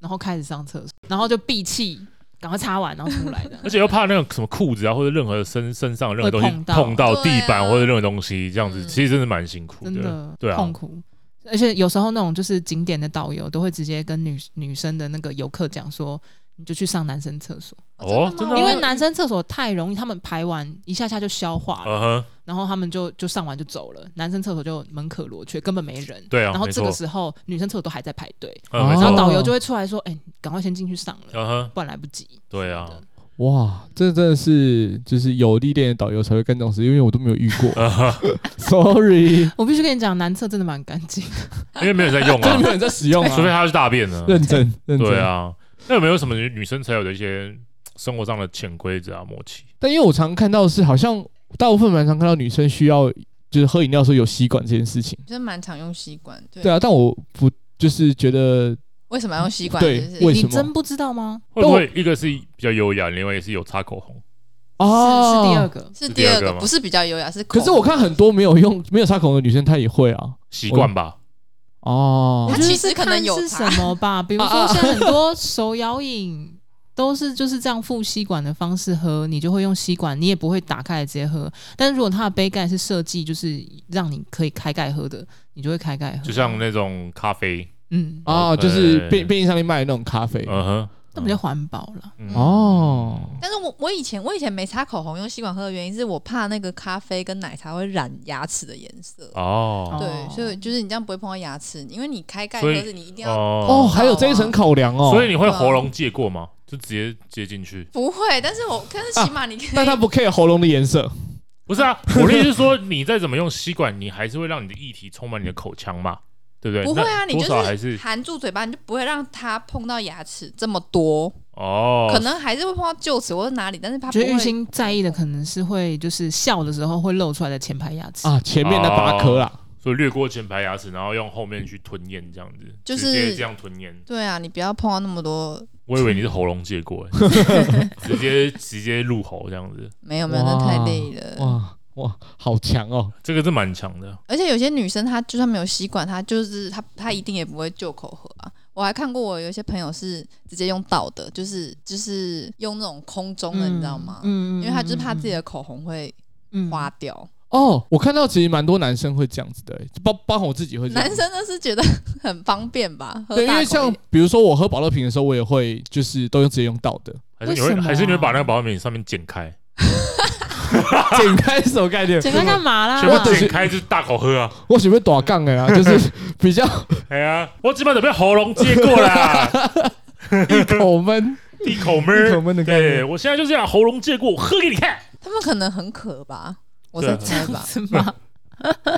[SPEAKER 4] 然后开始上厕所，然后就闭气，赶快擦完，然后出来 的。
[SPEAKER 2] 而且又怕那种什么裤子啊，或者任何身身上任何东西
[SPEAKER 4] 会碰到
[SPEAKER 2] 碰到地板、
[SPEAKER 3] 对啊
[SPEAKER 2] 或者任何东西，这样子、
[SPEAKER 3] 嗯
[SPEAKER 2] 其实真的蛮辛苦
[SPEAKER 4] 真的
[SPEAKER 2] 对啊
[SPEAKER 4] 痛苦。而且有时候那种就是景点的导游都会直接跟女女生的那个游客讲说，你就去上男生厕所，
[SPEAKER 2] 哦真的吗
[SPEAKER 4] 因
[SPEAKER 2] 哦
[SPEAKER 4] 为男生厕所太容易，他们排完一下下就消化了，
[SPEAKER 2] 嗯哼，
[SPEAKER 4] 然后他们就就上完就走了，男生厕所就门可罗雀，根本没人。
[SPEAKER 2] 对啊，
[SPEAKER 4] 然后
[SPEAKER 2] 没
[SPEAKER 4] 这
[SPEAKER 2] 错
[SPEAKER 4] 个时候女生厕所都还在排队，
[SPEAKER 2] 嗯没
[SPEAKER 1] 哦
[SPEAKER 4] 然后
[SPEAKER 2] 错，
[SPEAKER 4] 导游就会出来说：“哎、你赶快先进去上了，
[SPEAKER 2] 嗯哼，
[SPEAKER 4] 不然来不及。”
[SPEAKER 2] 对啊
[SPEAKER 4] 什么的
[SPEAKER 1] 哇，这真的是就是有历练的导游才会干这种事，因为我都没有遇过。Sorry，
[SPEAKER 4] 我必须跟你讲，男厕真的蛮干净。
[SPEAKER 2] 因为没有人在 用
[SPEAKER 1] 真的
[SPEAKER 2] 啊
[SPEAKER 1] 没，有人在使用
[SPEAKER 2] 除非
[SPEAKER 1] 啊。
[SPEAKER 2] 他去大便呢。
[SPEAKER 1] 认真，认真。
[SPEAKER 2] 对啊，那有没有什么女女生才有的一些生活上的潜规则啊、默契？
[SPEAKER 1] 但因为我常看到的是，好像大部分蛮常看到女生需要就是喝饮料的时候有吸管这件事情。
[SPEAKER 3] 真的蛮常用吸管。对，
[SPEAKER 1] 对啊，但我不就是觉得
[SPEAKER 3] 为什么要用吸管？
[SPEAKER 1] 对
[SPEAKER 3] 就是
[SPEAKER 1] 为
[SPEAKER 4] 你
[SPEAKER 1] 什么
[SPEAKER 4] 真不知道吗？
[SPEAKER 2] 会不会一个是比较优雅，另外一个是有擦口红？
[SPEAKER 1] 哦，
[SPEAKER 4] 是是第二个，
[SPEAKER 3] 是
[SPEAKER 2] 是
[SPEAKER 3] 第
[SPEAKER 2] 第二
[SPEAKER 3] 二
[SPEAKER 2] 个
[SPEAKER 3] 个，
[SPEAKER 2] 吗
[SPEAKER 3] 不是比较优雅，是
[SPEAKER 1] 可
[SPEAKER 3] 口红。
[SPEAKER 1] 是我看很多没有用、没有插口红的女生，她也会啊。
[SPEAKER 2] 习惯吧，
[SPEAKER 1] 哦
[SPEAKER 3] 她
[SPEAKER 4] 我，
[SPEAKER 3] 其
[SPEAKER 4] 觉得
[SPEAKER 3] 实
[SPEAKER 4] 是
[SPEAKER 3] 可能
[SPEAKER 4] 看
[SPEAKER 3] 有
[SPEAKER 4] 是
[SPEAKER 3] 差
[SPEAKER 4] 什么吧？ 比如说现在很多手摇饮都是就是这样附吸管的方式喝，你就会用吸管，你也不会打开来直接喝。但如果它的杯盖是设计就是让你可以开盖喝的，你就会开盖喝。
[SPEAKER 2] 就像那种咖啡，
[SPEAKER 4] 嗯，
[SPEAKER 1] 啊，
[SPEAKER 2] OK
[SPEAKER 1] 就是便便利商店卖的那种咖啡。
[SPEAKER 2] 嗯哼，
[SPEAKER 4] 那比较环保了。
[SPEAKER 2] 嗯
[SPEAKER 1] 哦，
[SPEAKER 3] 但是我我以前我以前没擦口红用吸管喝的原因是我怕那个咖啡跟奶茶会染牙齿的颜色。
[SPEAKER 2] 哦，
[SPEAKER 3] 对，所以就是你这样不会碰到牙齿，因为你开盖
[SPEAKER 2] 所
[SPEAKER 3] 喝
[SPEAKER 2] 以
[SPEAKER 3] 是你一定要
[SPEAKER 2] 哦，
[SPEAKER 1] 哦，还有这一层考量哦。
[SPEAKER 2] 所以你会喉咙借过吗？就直接接进去？
[SPEAKER 3] 不会，但是我但是起码你可
[SPEAKER 2] 啊
[SPEAKER 3] 以，
[SPEAKER 1] 但他不 care 喉咙的颜色
[SPEAKER 2] 不是 啊，我的意思是说，你再怎么用吸管，你还是会让你的液体充满你的口腔嘛，对不对？
[SPEAKER 3] 不会啊，
[SPEAKER 2] 那
[SPEAKER 3] 你
[SPEAKER 2] 多
[SPEAKER 3] 就
[SPEAKER 2] 少还是
[SPEAKER 3] 含住嘴巴，你就不会让它碰到牙齿这么多，
[SPEAKER 2] 哦，
[SPEAKER 3] 可能还是会碰到臼齿或者哪里，但是它
[SPEAKER 4] 我
[SPEAKER 3] 不
[SPEAKER 4] 觉得玉
[SPEAKER 3] 会。
[SPEAKER 4] 兴在意的可能是会，就是笑的时候会露出来的前排牙齿。
[SPEAKER 1] 啊，前面那八颗啦。
[SPEAKER 2] 所以略过前排牙齿，然后用后面去吞咽，这样子，
[SPEAKER 3] 就是
[SPEAKER 2] 直接这样吞咽。
[SPEAKER 3] 对啊，你不要碰到那么多，
[SPEAKER 2] 我以为你是喉咙借过， 欸 直接直接入喉这样子，
[SPEAKER 3] 没有没有，那
[SPEAKER 1] 哇
[SPEAKER 3] 太累了。
[SPEAKER 1] 哇哇，好强哦！
[SPEAKER 2] 这个是蛮强的。
[SPEAKER 3] 而且有些女生她就算没有吸管，她就是她她一定也不会就口喝啊。我还看过我有一些朋友是直接用倒的，就是就是用那种空中的，你知道吗？
[SPEAKER 4] 嗯
[SPEAKER 3] 因为她就是怕自己的口红会花掉。
[SPEAKER 1] 哦，我看到其实蛮多男生会这样子的、欸，包包括我自己会这样。
[SPEAKER 3] 男生呢是觉得很方便吧，喝
[SPEAKER 1] 对，因
[SPEAKER 3] 大
[SPEAKER 1] 为
[SPEAKER 3] 口
[SPEAKER 1] 像
[SPEAKER 3] 一
[SPEAKER 1] 比如说我喝保乐瓶的时候，我也会就是都用直接用倒 的，
[SPEAKER 2] 还是你
[SPEAKER 4] 为
[SPEAKER 2] 会
[SPEAKER 4] 什么啊
[SPEAKER 2] 还是你会把那个保温瓶上面剪开，
[SPEAKER 1] 剪开是什么概念？
[SPEAKER 4] 剪开干嘛啦？
[SPEAKER 2] 全部
[SPEAKER 1] 对
[SPEAKER 2] 剪开就是大口喝啊！
[SPEAKER 1] 我准备短杠的啊，就是比较
[SPEAKER 2] 哎呀，我基本准备喉咙借过啦，
[SPEAKER 1] 一口闷，
[SPEAKER 2] 一口闷
[SPEAKER 1] 一
[SPEAKER 2] 儿
[SPEAKER 1] 口。闷的概
[SPEAKER 2] 对
[SPEAKER 1] 念。
[SPEAKER 2] 我现在就这样，喉咙借过，我喝给你看。
[SPEAKER 3] 他们可能很渴吧，我在
[SPEAKER 2] 对
[SPEAKER 3] 猜吧，
[SPEAKER 4] 什 么？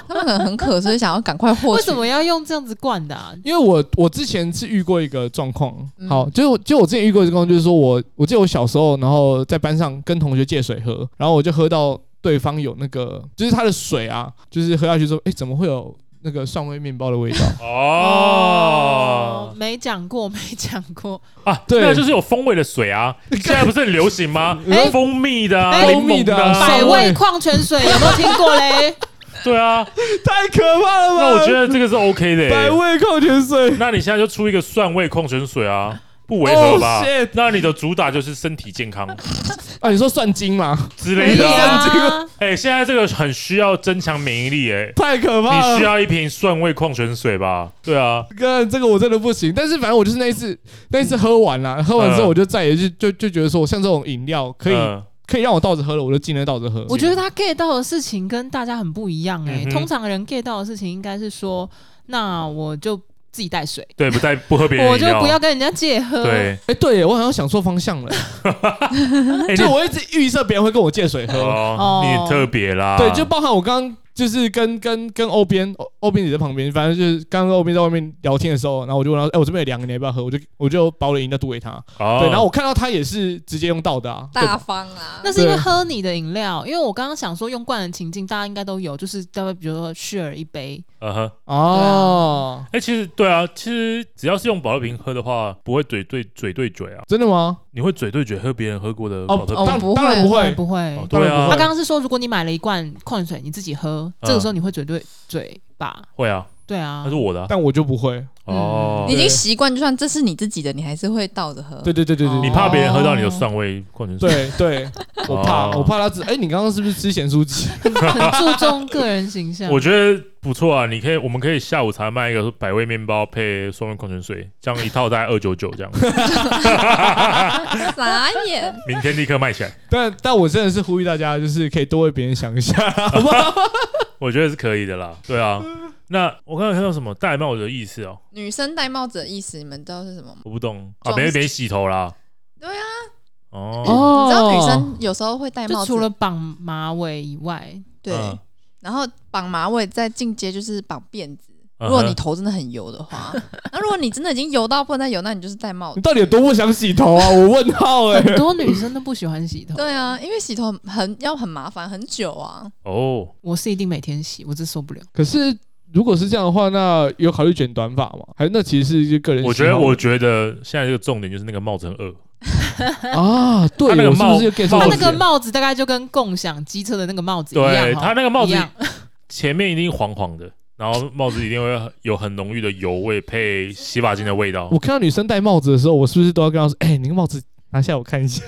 [SPEAKER 3] 他们可能很渴，所以想要赶快获取。
[SPEAKER 4] 为什么要用这样子灌的、啊？
[SPEAKER 1] 因为我我之前是遇过一个状况，
[SPEAKER 3] 嗯
[SPEAKER 1] 好，就是我就我之前遇过一个状况，就是说我我记得我小时候，然后在班上跟同学借水喝，然后我就喝到对方有那个，就是他的水啊，就是喝下去之后，哎，怎么会有那个蒜味面包的味道？
[SPEAKER 2] 哦，
[SPEAKER 4] 没讲过，没讲过。
[SPEAKER 2] 啊，
[SPEAKER 1] 对
[SPEAKER 2] 那就是有风味的水 啊，现在不是很流行吗？
[SPEAKER 1] 哎
[SPEAKER 2] 蜂蜜的啊，
[SPEAKER 4] 哎
[SPEAKER 2] 柠檬的
[SPEAKER 1] 蜂蜜的啊
[SPEAKER 2] 啊，
[SPEAKER 4] 百味矿泉水有没有听 过嘞？
[SPEAKER 2] 对啊，
[SPEAKER 1] 太可怕了吧！
[SPEAKER 2] 那我觉得这个是 OK 的欸。
[SPEAKER 1] 百味矿泉水，
[SPEAKER 2] 那你现在就出一个蒜味矿泉水啊，不违和吧
[SPEAKER 1] Oh, shit
[SPEAKER 2] 那你的主打就是身体健康
[SPEAKER 1] 啊，你说蒜精吗？
[SPEAKER 2] 之
[SPEAKER 4] 可
[SPEAKER 2] 类
[SPEAKER 4] 以
[SPEAKER 2] 的、啊。
[SPEAKER 4] 啊，
[SPEAKER 2] 哎、现在这个很需要增强免疫力、
[SPEAKER 1] 太可
[SPEAKER 2] 哎，
[SPEAKER 1] 怕了！
[SPEAKER 2] 你需要一瓶蒜味矿泉水吧？对啊，
[SPEAKER 1] 哥，这个我真的不行。但是反正我就是那一次，那一次喝完了，喝完之后我就再也就就就觉得说，像这种饮料可以、
[SPEAKER 2] 嗯
[SPEAKER 1] 可以让我倒着喝了，我就尽量倒着喝。
[SPEAKER 4] 我觉得他 get 到的事情跟大家很不一样哎、
[SPEAKER 2] 嗯哼
[SPEAKER 4] 通常人 get 到的事情应该是说，那我就自己带水，
[SPEAKER 2] 对，不带不喝别人
[SPEAKER 4] 我
[SPEAKER 2] 饮
[SPEAKER 4] 就
[SPEAKER 2] 料，
[SPEAKER 4] 不要跟人家借喝。
[SPEAKER 2] 对，
[SPEAKER 1] 哎、对耶，我好像想错方向了，
[SPEAKER 2] 哎
[SPEAKER 1] 就
[SPEAKER 2] 你
[SPEAKER 1] 我一直预设别人会跟我借水喝，
[SPEAKER 2] 哦，啊你很特别啦，
[SPEAKER 1] 对，就包含我刚刚就是跟跟跟欧边欧欧边也在旁边，反正就是刚刚欧边在外面聊天的时候，然后我就问他，哎、我这边有两个，你要不要喝？我就我就把我的饮料渡给他，
[SPEAKER 2] 哦
[SPEAKER 1] 对，然后我看到他也是直接用倒的啊，对
[SPEAKER 3] 大方啊？
[SPEAKER 4] 那是因为
[SPEAKER 1] 对
[SPEAKER 4] 喝你的饮料，因为我刚刚想说用惯的情境，大家应该都有，就是大概比如说 share 一杯，
[SPEAKER 2] 嗯哼，
[SPEAKER 1] 哦，
[SPEAKER 2] 哎、其实对啊，其实只要是用保乐瓶喝的话，不会嘴对嘴对嘴啊，
[SPEAKER 1] 真的吗？
[SPEAKER 2] 你会嘴对嘴喝别人喝过的保乐瓶、
[SPEAKER 1] 哦
[SPEAKER 3] 当
[SPEAKER 1] 当
[SPEAKER 3] 不
[SPEAKER 1] 当然
[SPEAKER 3] 会
[SPEAKER 1] 不会，
[SPEAKER 4] 不会。
[SPEAKER 2] 哦
[SPEAKER 1] 当
[SPEAKER 2] 对
[SPEAKER 1] 然不
[SPEAKER 2] 啊
[SPEAKER 1] 会
[SPEAKER 4] 他刚刚是说，如果你买了一罐矿泉水，你自己喝，
[SPEAKER 2] 嗯
[SPEAKER 4] 这个时候你会绝对嘴吧？
[SPEAKER 2] 会啊，
[SPEAKER 4] 对啊
[SPEAKER 2] 那是，我的啊、
[SPEAKER 1] 但我就不会。
[SPEAKER 2] 哦
[SPEAKER 3] 你已。
[SPEAKER 1] 对
[SPEAKER 3] 经习惯，就算这是你自己的，你还是会倒着喝。
[SPEAKER 1] 对对对对对，
[SPEAKER 2] 你怕别人哦喝到你的蒜味矿泉水？
[SPEAKER 1] 对 对，我怕我怕他只哎，你刚刚是不是吃咸酥鸡？
[SPEAKER 4] 很注重个人形 象。
[SPEAKER 2] 我觉得不错啊，你可以，我们可以下午茶卖一个百味面包配蒜味矿泉水，这样一套大概二九九这样，
[SPEAKER 3] 傻眼，
[SPEAKER 2] 明天立刻卖起来，
[SPEAKER 1] 但但我真的是呼吁大家，就是可以多为别人想一下，好不好？
[SPEAKER 2] 我觉得是可以的啦。对啊，那我刚才看到什么戴帽子的意思哦，
[SPEAKER 3] 女生戴帽子的意思，你们知道是什么吗？
[SPEAKER 2] 我不懂啊，
[SPEAKER 3] 装
[SPEAKER 2] 没没洗头啦。
[SPEAKER 3] 对啊，
[SPEAKER 2] 哦，
[SPEAKER 1] 哦
[SPEAKER 3] 你知道女生有时候会戴帽
[SPEAKER 4] 就
[SPEAKER 3] 子，
[SPEAKER 4] 除了绑马尾以外，
[SPEAKER 3] 对，
[SPEAKER 2] 嗯
[SPEAKER 3] 然后绑马尾再进阶就是绑辫
[SPEAKER 2] 嗯
[SPEAKER 3] 子。
[SPEAKER 2] 哼
[SPEAKER 3] 如果你头真的很油的 话，那如果你真的已经油到不能再油，那你就是戴帽
[SPEAKER 1] 你
[SPEAKER 3] 子。
[SPEAKER 1] 到底有多不想洗头 啊？我问号哎，
[SPEAKER 4] 很多女生都不喜欢洗头。
[SPEAKER 3] 对啊，因为洗头很要很麻烦，很久啊。
[SPEAKER 2] 哦，
[SPEAKER 4] 我是一定每天洗，我真受不了。
[SPEAKER 1] 可是如果是这样的话，那有考虑卷短发吗？还是那其实是个人喜好？
[SPEAKER 2] 我觉得我觉得现在这个重点就是那个帽子很恶，
[SPEAKER 1] 啊，对，
[SPEAKER 2] 他那个
[SPEAKER 1] 我是
[SPEAKER 2] 帽
[SPEAKER 1] 不是就 get 到
[SPEAKER 2] 帽
[SPEAKER 4] 它
[SPEAKER 1] 了
[SPEAKER 4] 那个
[SPEAKER 2] 子
[SPEAKER 4] 帽子大概就跟共享机车的那个帽子一样
[SPEAKER 2] 对
[SPEAKER 4] 哈，
[SPEAKER 2] 他那个帽子啊
[SPEAKER 4] 一样
[SPEAKER 2] 前面一定黄黄的，然后帽子一定会有很浓郁的油味配洗发精的味道
[SPEAKER 1] 我。看到女生戴帽子的时候，我是不是都要跟她说， 哎，你那个帽子拿下我看一下？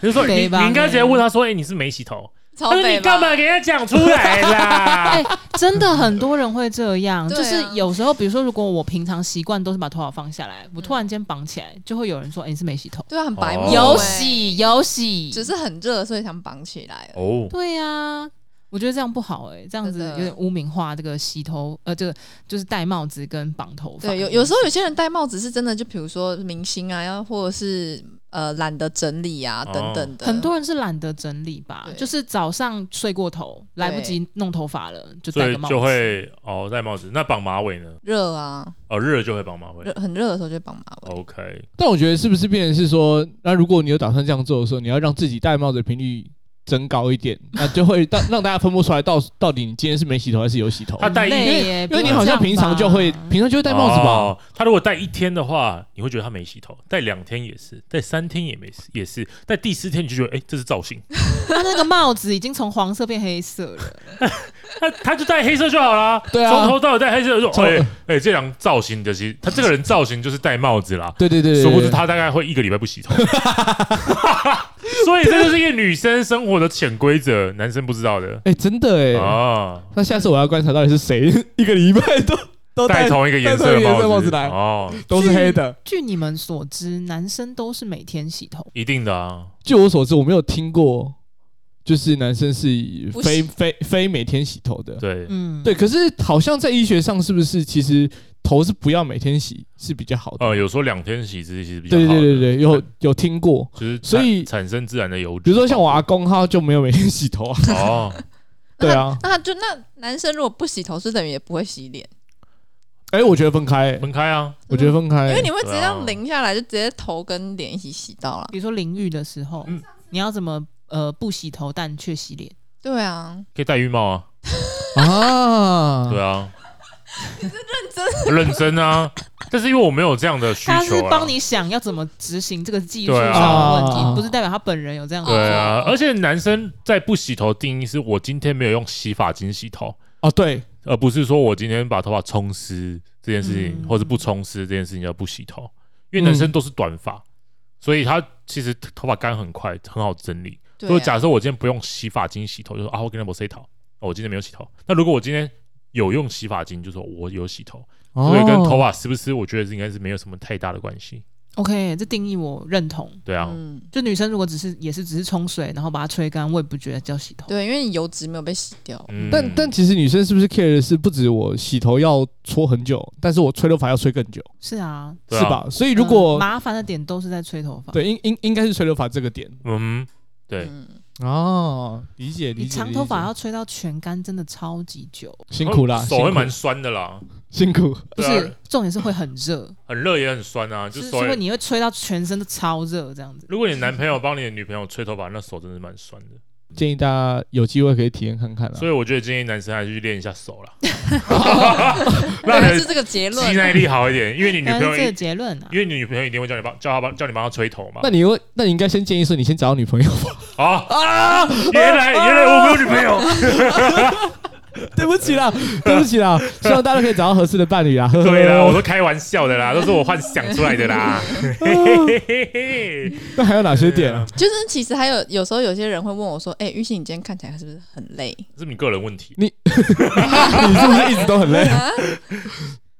[SPEAKER 2] 就是说你
[SPEAKER 4] 没吧
[SPEAKER 2] 你应该直接问他说：“哎，你是没洗头？”
[SPEAKER 3] 超
[SPEAKER 1] 哦
[SPEAKER 2] 他说
[SPEAKER 3] 北
[SPEAKER 2] 你
[SPEAKER 3] 吧
[SPEAKER 2] 干嘛给他讲出来啦？
[SPEAKER 4] 哎真的很多人会这 样，
[SPEAKER 3] 对啊
[SPEAKER 4] 就是有时候，比如说，如果我平常习惯都是把头发放下来，我突然间绑起来，就会有人说：“哎、你是没洗头。
[SPEAKER 3] 对啊，很白目、
[SPEAKER 2] 哦
[SPEAKER 3] 欸，
[SPEAKER 4] 有洗有洗，
[SPEAKER 3] 只是很热，所以想绑 起来。啊
[SPEAKER 2] 哦，
[SPEAKER 4] 对呀、我觉得这样不好哎、这样子
[SPEAKER 3] 真的
[SPEAKER 4] 有点污名化这个洗头，呃，这个就是戴帽子跟绑头发。
[SPEAKER 3] 对，有有时候有些人戴帽子是真的，就比如说明星啊，要或者是呃懒得整理啊
[SPEAKER 2] 哦
[SPEAKER 3] 等等的，
[SPEAKER 4] 很多人是懒得整理吧，
[SPEAKER 3] 对
[SPEAKER 4] 就是早上睡过头，
[SPEAKER 3] 对
[SPEAKER 4] 来不及弄头发了，就
[SPEAKER 2] 所
[SPEAKER 4] 戴
[SPEAKER 2] 以
[SPEAKER 4] 个帽子。
[SPEAKER 2] 就会哦戴帽子。那绑马尾呢？
[SPEAKER 3] 热啊，
[SPEAKER 2] 哦，热了就会绑马尾
[SPEAKER 1] 嗯
[SPEAKER 3] 热。很热的时候就绑马
[SPEAKER 2] 哦
[SPEAKER 3] 尾。
[SPEAKER 2] OK，
[SPEAKER 1] 但我觉得是不是变成是说，那如果你有打算这样做的时候，你要让自己戴帽子的频率增高一点，那就会让让大家分不出来到 到底你今天是没洗头还是有洗头。
[SPEAKER 2] 他戴一
[SPEAKER 4] 很
[SPEAKER 1] 因
[SPEAKER 4] 累
[SPEAKER 1] 为
[SPEAKER 4] 耶
[SPEAKER 1] 因为你好像
[SPEAKER 4] 不要这样
[SPEAKER 1] 平
[SPEAKER 4] 吧
[SPEAKER 1] 常就 会平常就会戴帽子吧？
[SPEAKER 2] 哦他如果戴一天的话，你会觉得他没洗头；戴两天也是，戴三天也没事，也是。戴第四天你就觉得，哎、这是造型。
[SPEAKER 4] 他那个帽子已经从黄色变黑色 了，
[SPEAKER 2] 他他就戴黑色就好啦。
[SPEAKER 1] 对啊
[SPEAKER 2] 从头到尾戴黑色就说，
[SPEAKER 1] 从
[SPEAKER 2] 哎哎、这两造型的，其实他这个人造型就是戴帽子啦。
[SPEAKER 1] 对对对对，
[SPEAKER 2] 殊不知
[SPEAKER 1] 对
[SPEAKER 2] 他大概会一个礼拜不洗头， 所以这就是一个女生生活的潜规则，男生不知道的
[SPEAKER 1] 哎、真的哎、
[SPEAKER 2] 啊。
[SPEAKER 1] 那下次我要观察到底是谁 一个礼拜 都都
[SPEAKER 2] 戴
[SPEAKER 1] 哦戴
[SPEAKER 2] 同一个颜
[SPEAKER 1] 戴
[SPEAKER 2] 色
[SPEAKER 1] 同
[SPEAKER 2] 的
[SPEAKER 1] 一个颜色
[SPEAKER 2] 帽
[SPEAKER 1] 帽
[SPEAKER 2] 子
[SPEAKER 1] 子来
[SPEAKER 2] 哦，
[SPEAKER 1] 都是黑的。
[SPEAKER 4] 据你们所知，男生都是每天洗头，
[SPEAKER 2] 一定的啊。
[SPEAKER 1] 据我所知，我没有听过，就是男生是
[SPEAKER 3] 不
[SPEAKER 1] 非
[SPEAKER 3] 洗
[SPEAKER 1] 非非每天洗头的。
[SPEAKER 2] 对，
[SPEAKER 4] 嗯，
[SPEAKER 1] 对，可是好像在医学上，是不是其实头是不要每天洗是比较好的？
[SPEAKER 2] 呃，有时候两天洗其实比较
[SPEAKER 1] 对
[SPEAKER 2] 好的。
[SPEAKER 1] 对对对对，有有听过。
[SPEAKER 2] 就是产
[SPEAKER 1] 所以
[SPEAKER 2] 产生自然的油脂。
[SPEAKER 1] 比如说像我阿公，他就没有每天洗 头啊。
[SPEAKER 2] 哦，
[SPEAKER 1] 对啊，
[SPEAKER 3] 那他就那男生如果不洗头，是等于也不会洗脸，
[SPEAKER 1] 哎，我觉得分开，
[SPEAKER 2] 分开啊，
[SPEAKER 1] 我觉得分
[SPEAKER 3] 因
[SPEAKER 1] 开
[SPEAKER 3] 为，你会直接这样
[SPEAKER 2] 对啊
[SPEAKER 3] 淋下来，就直接头跟脸一起洗到了。
[SPEAKER 4] 比如说淋浴的时候，
[SPEAKER 2] 嗯
[SPEAKER 4] 你要怎么呃不洗头但却洗脸？
[SPEAKER 3] 对啊，
[SPEAKER 2] 可以戴浴帽啊，
[SPEAKER 1] 啊，
[SPEAKER 2] 对啊。你是认真？认真啊！但是因为我没有这样的需求、啊，
[SPEAKER 4] 他是帮你想要怎么执行这个技术
[SPEAKER 2] 对啊
[SPEAKER 4] 上的问题，
[SPEAKER 1] 啊
[SPEAKER 4] 不是代表他本人有这样的。
[SPEAKER 2] 对啊，而且男生在不洗头定义是我今天没有用洗发精洗头，
[SPEAKER 1] 哦对，
[SPEAKER 2] 而不是说我今天把头发冲湿这件事情，
[SPEAKER 4] 嗯
[SPEAKER 2] 或者不冲湿这件事情叫不洗头，因为男生都是短发，所以他其实头发干很快，很好整理。
[SPEAKER 3] 对
[SPEAKER 2] 所以
[SPEAKER 3] 啊，
[SPEAKER 2] 假设我今天不用洗发精洗头，就说啊，我今天没洗头，哦我今天没有洗头。那如果我今天有用洗发精，就说我有洗头，所以跟头
[SPEAKER 1] 哦，
[SPEAKER 2] 发是不是，我觉得是应该是没有什么太大的关系。
[SPEAKER 4] OK，这定义我认同。
[SPEAKER 2] 对啊，
[SPEAKER 3] 嗯，
[SPEAKER 4] 就女生如果只是也是只是冲水，然后把它吹干，我也不觉得叫洗头。
[SPEAKER 3] 对，因为你油脂没有被洗掉。
[SPEAKER 2] 嗯
[SPEAKER 1] 但但其实女生是不是 care 的是不止我洗头要搓很久，但是我吹头发要吹更久，
[SPEAKER 4] 是啊，
[SPEAKER 2] 对啊
[SPEAKER 1] 是吧？所以如果
[SPEAKER 4] 嗯麻烦的点都是在吹头发。
[SPEAKER 1] 对应应应该是吹头发这个点
[SPEAKER 2] 嗯，对，
[SPEAKER 3] 嗯，
[SPEAKER 1] 哦，理解理
[SPEAKER 4] 你
[SPEAKER 1] 解。
[SPEAKER 4] 长头发
[SPEAKER 1] 理
[SPEAKER 4] 要吹到全干，真的超级久。
[SPEAKER 1] 解辛苦啦，
[SPEAKER 2] 哦手会
[SPEAKER 1] 辛苦
[SPEAKER 2] 蛮酸的啦，
[SPEAKER 1] 辛苦。
[SPEAKER 4] 不
[SPEAKER 2] 对啊
[SPEAKER 4] 是，重点是会很热，
[SPEAKER 2] 很热也很酸啊，就是
[SPEAKER 4] 是是
[SPEAKER 2] 手
[SPEAKER 4] 因为
[SPEAKER 2] 也。
[SPEAKER 4] 你会吹到全身都超热啊这样子。
[SPEAKER 2] 如果你男朋友帮你的女朋友吹头发，那手真的是蛮酸的，
[SPEAKER 1] 建议大家有机会可以体验看看啦
[SPEAKER 2] 所。以我觉得建议男生还是去练一下手啦，让 你
[SPEAKER 3] 原来是
[SPEAKER 2] 的
[SPEAKER 3] 这个结论
[SPEAKER 2] 肌耐力好一点，因为你女
[SPEAKER 4] 但
[SPEAKER 2] 朋友
[SPEAKER 4] 是这个
[SPEAKER 2] 一，
[SPEAKER 4] 结论啊
[SPEAKER 2] 因，为你女朋友一定会叫你帮，叫她帮，叫你帮她吹 头嘛
[SPEAKER 1] 那。你会，那你应该先建议说，你先找到女朋友。
[SPEAKER 2] 啊原来原来我没有女朋友，
[SPEAKER 1] 对不起啦，对不起啦，希望大家都可以找到合适的伴侣啊。呵呵
[SPEAKER 2] 对啦，我都开玩笑的啦，都是我幻想出来的啦。嘿嘿嘿嘿
[SPEAKER 1] 那还有哪些点啊？
[SPEAKER 3] 就是其实还有有时候有些人会问我说：“哎、玉欣，你今天看起来是不是很累
[SPEAKER 2] 这是你个人问题。
[SPEAKER 1] 你是不是一直都很累？
[SPEAKER 3] 啊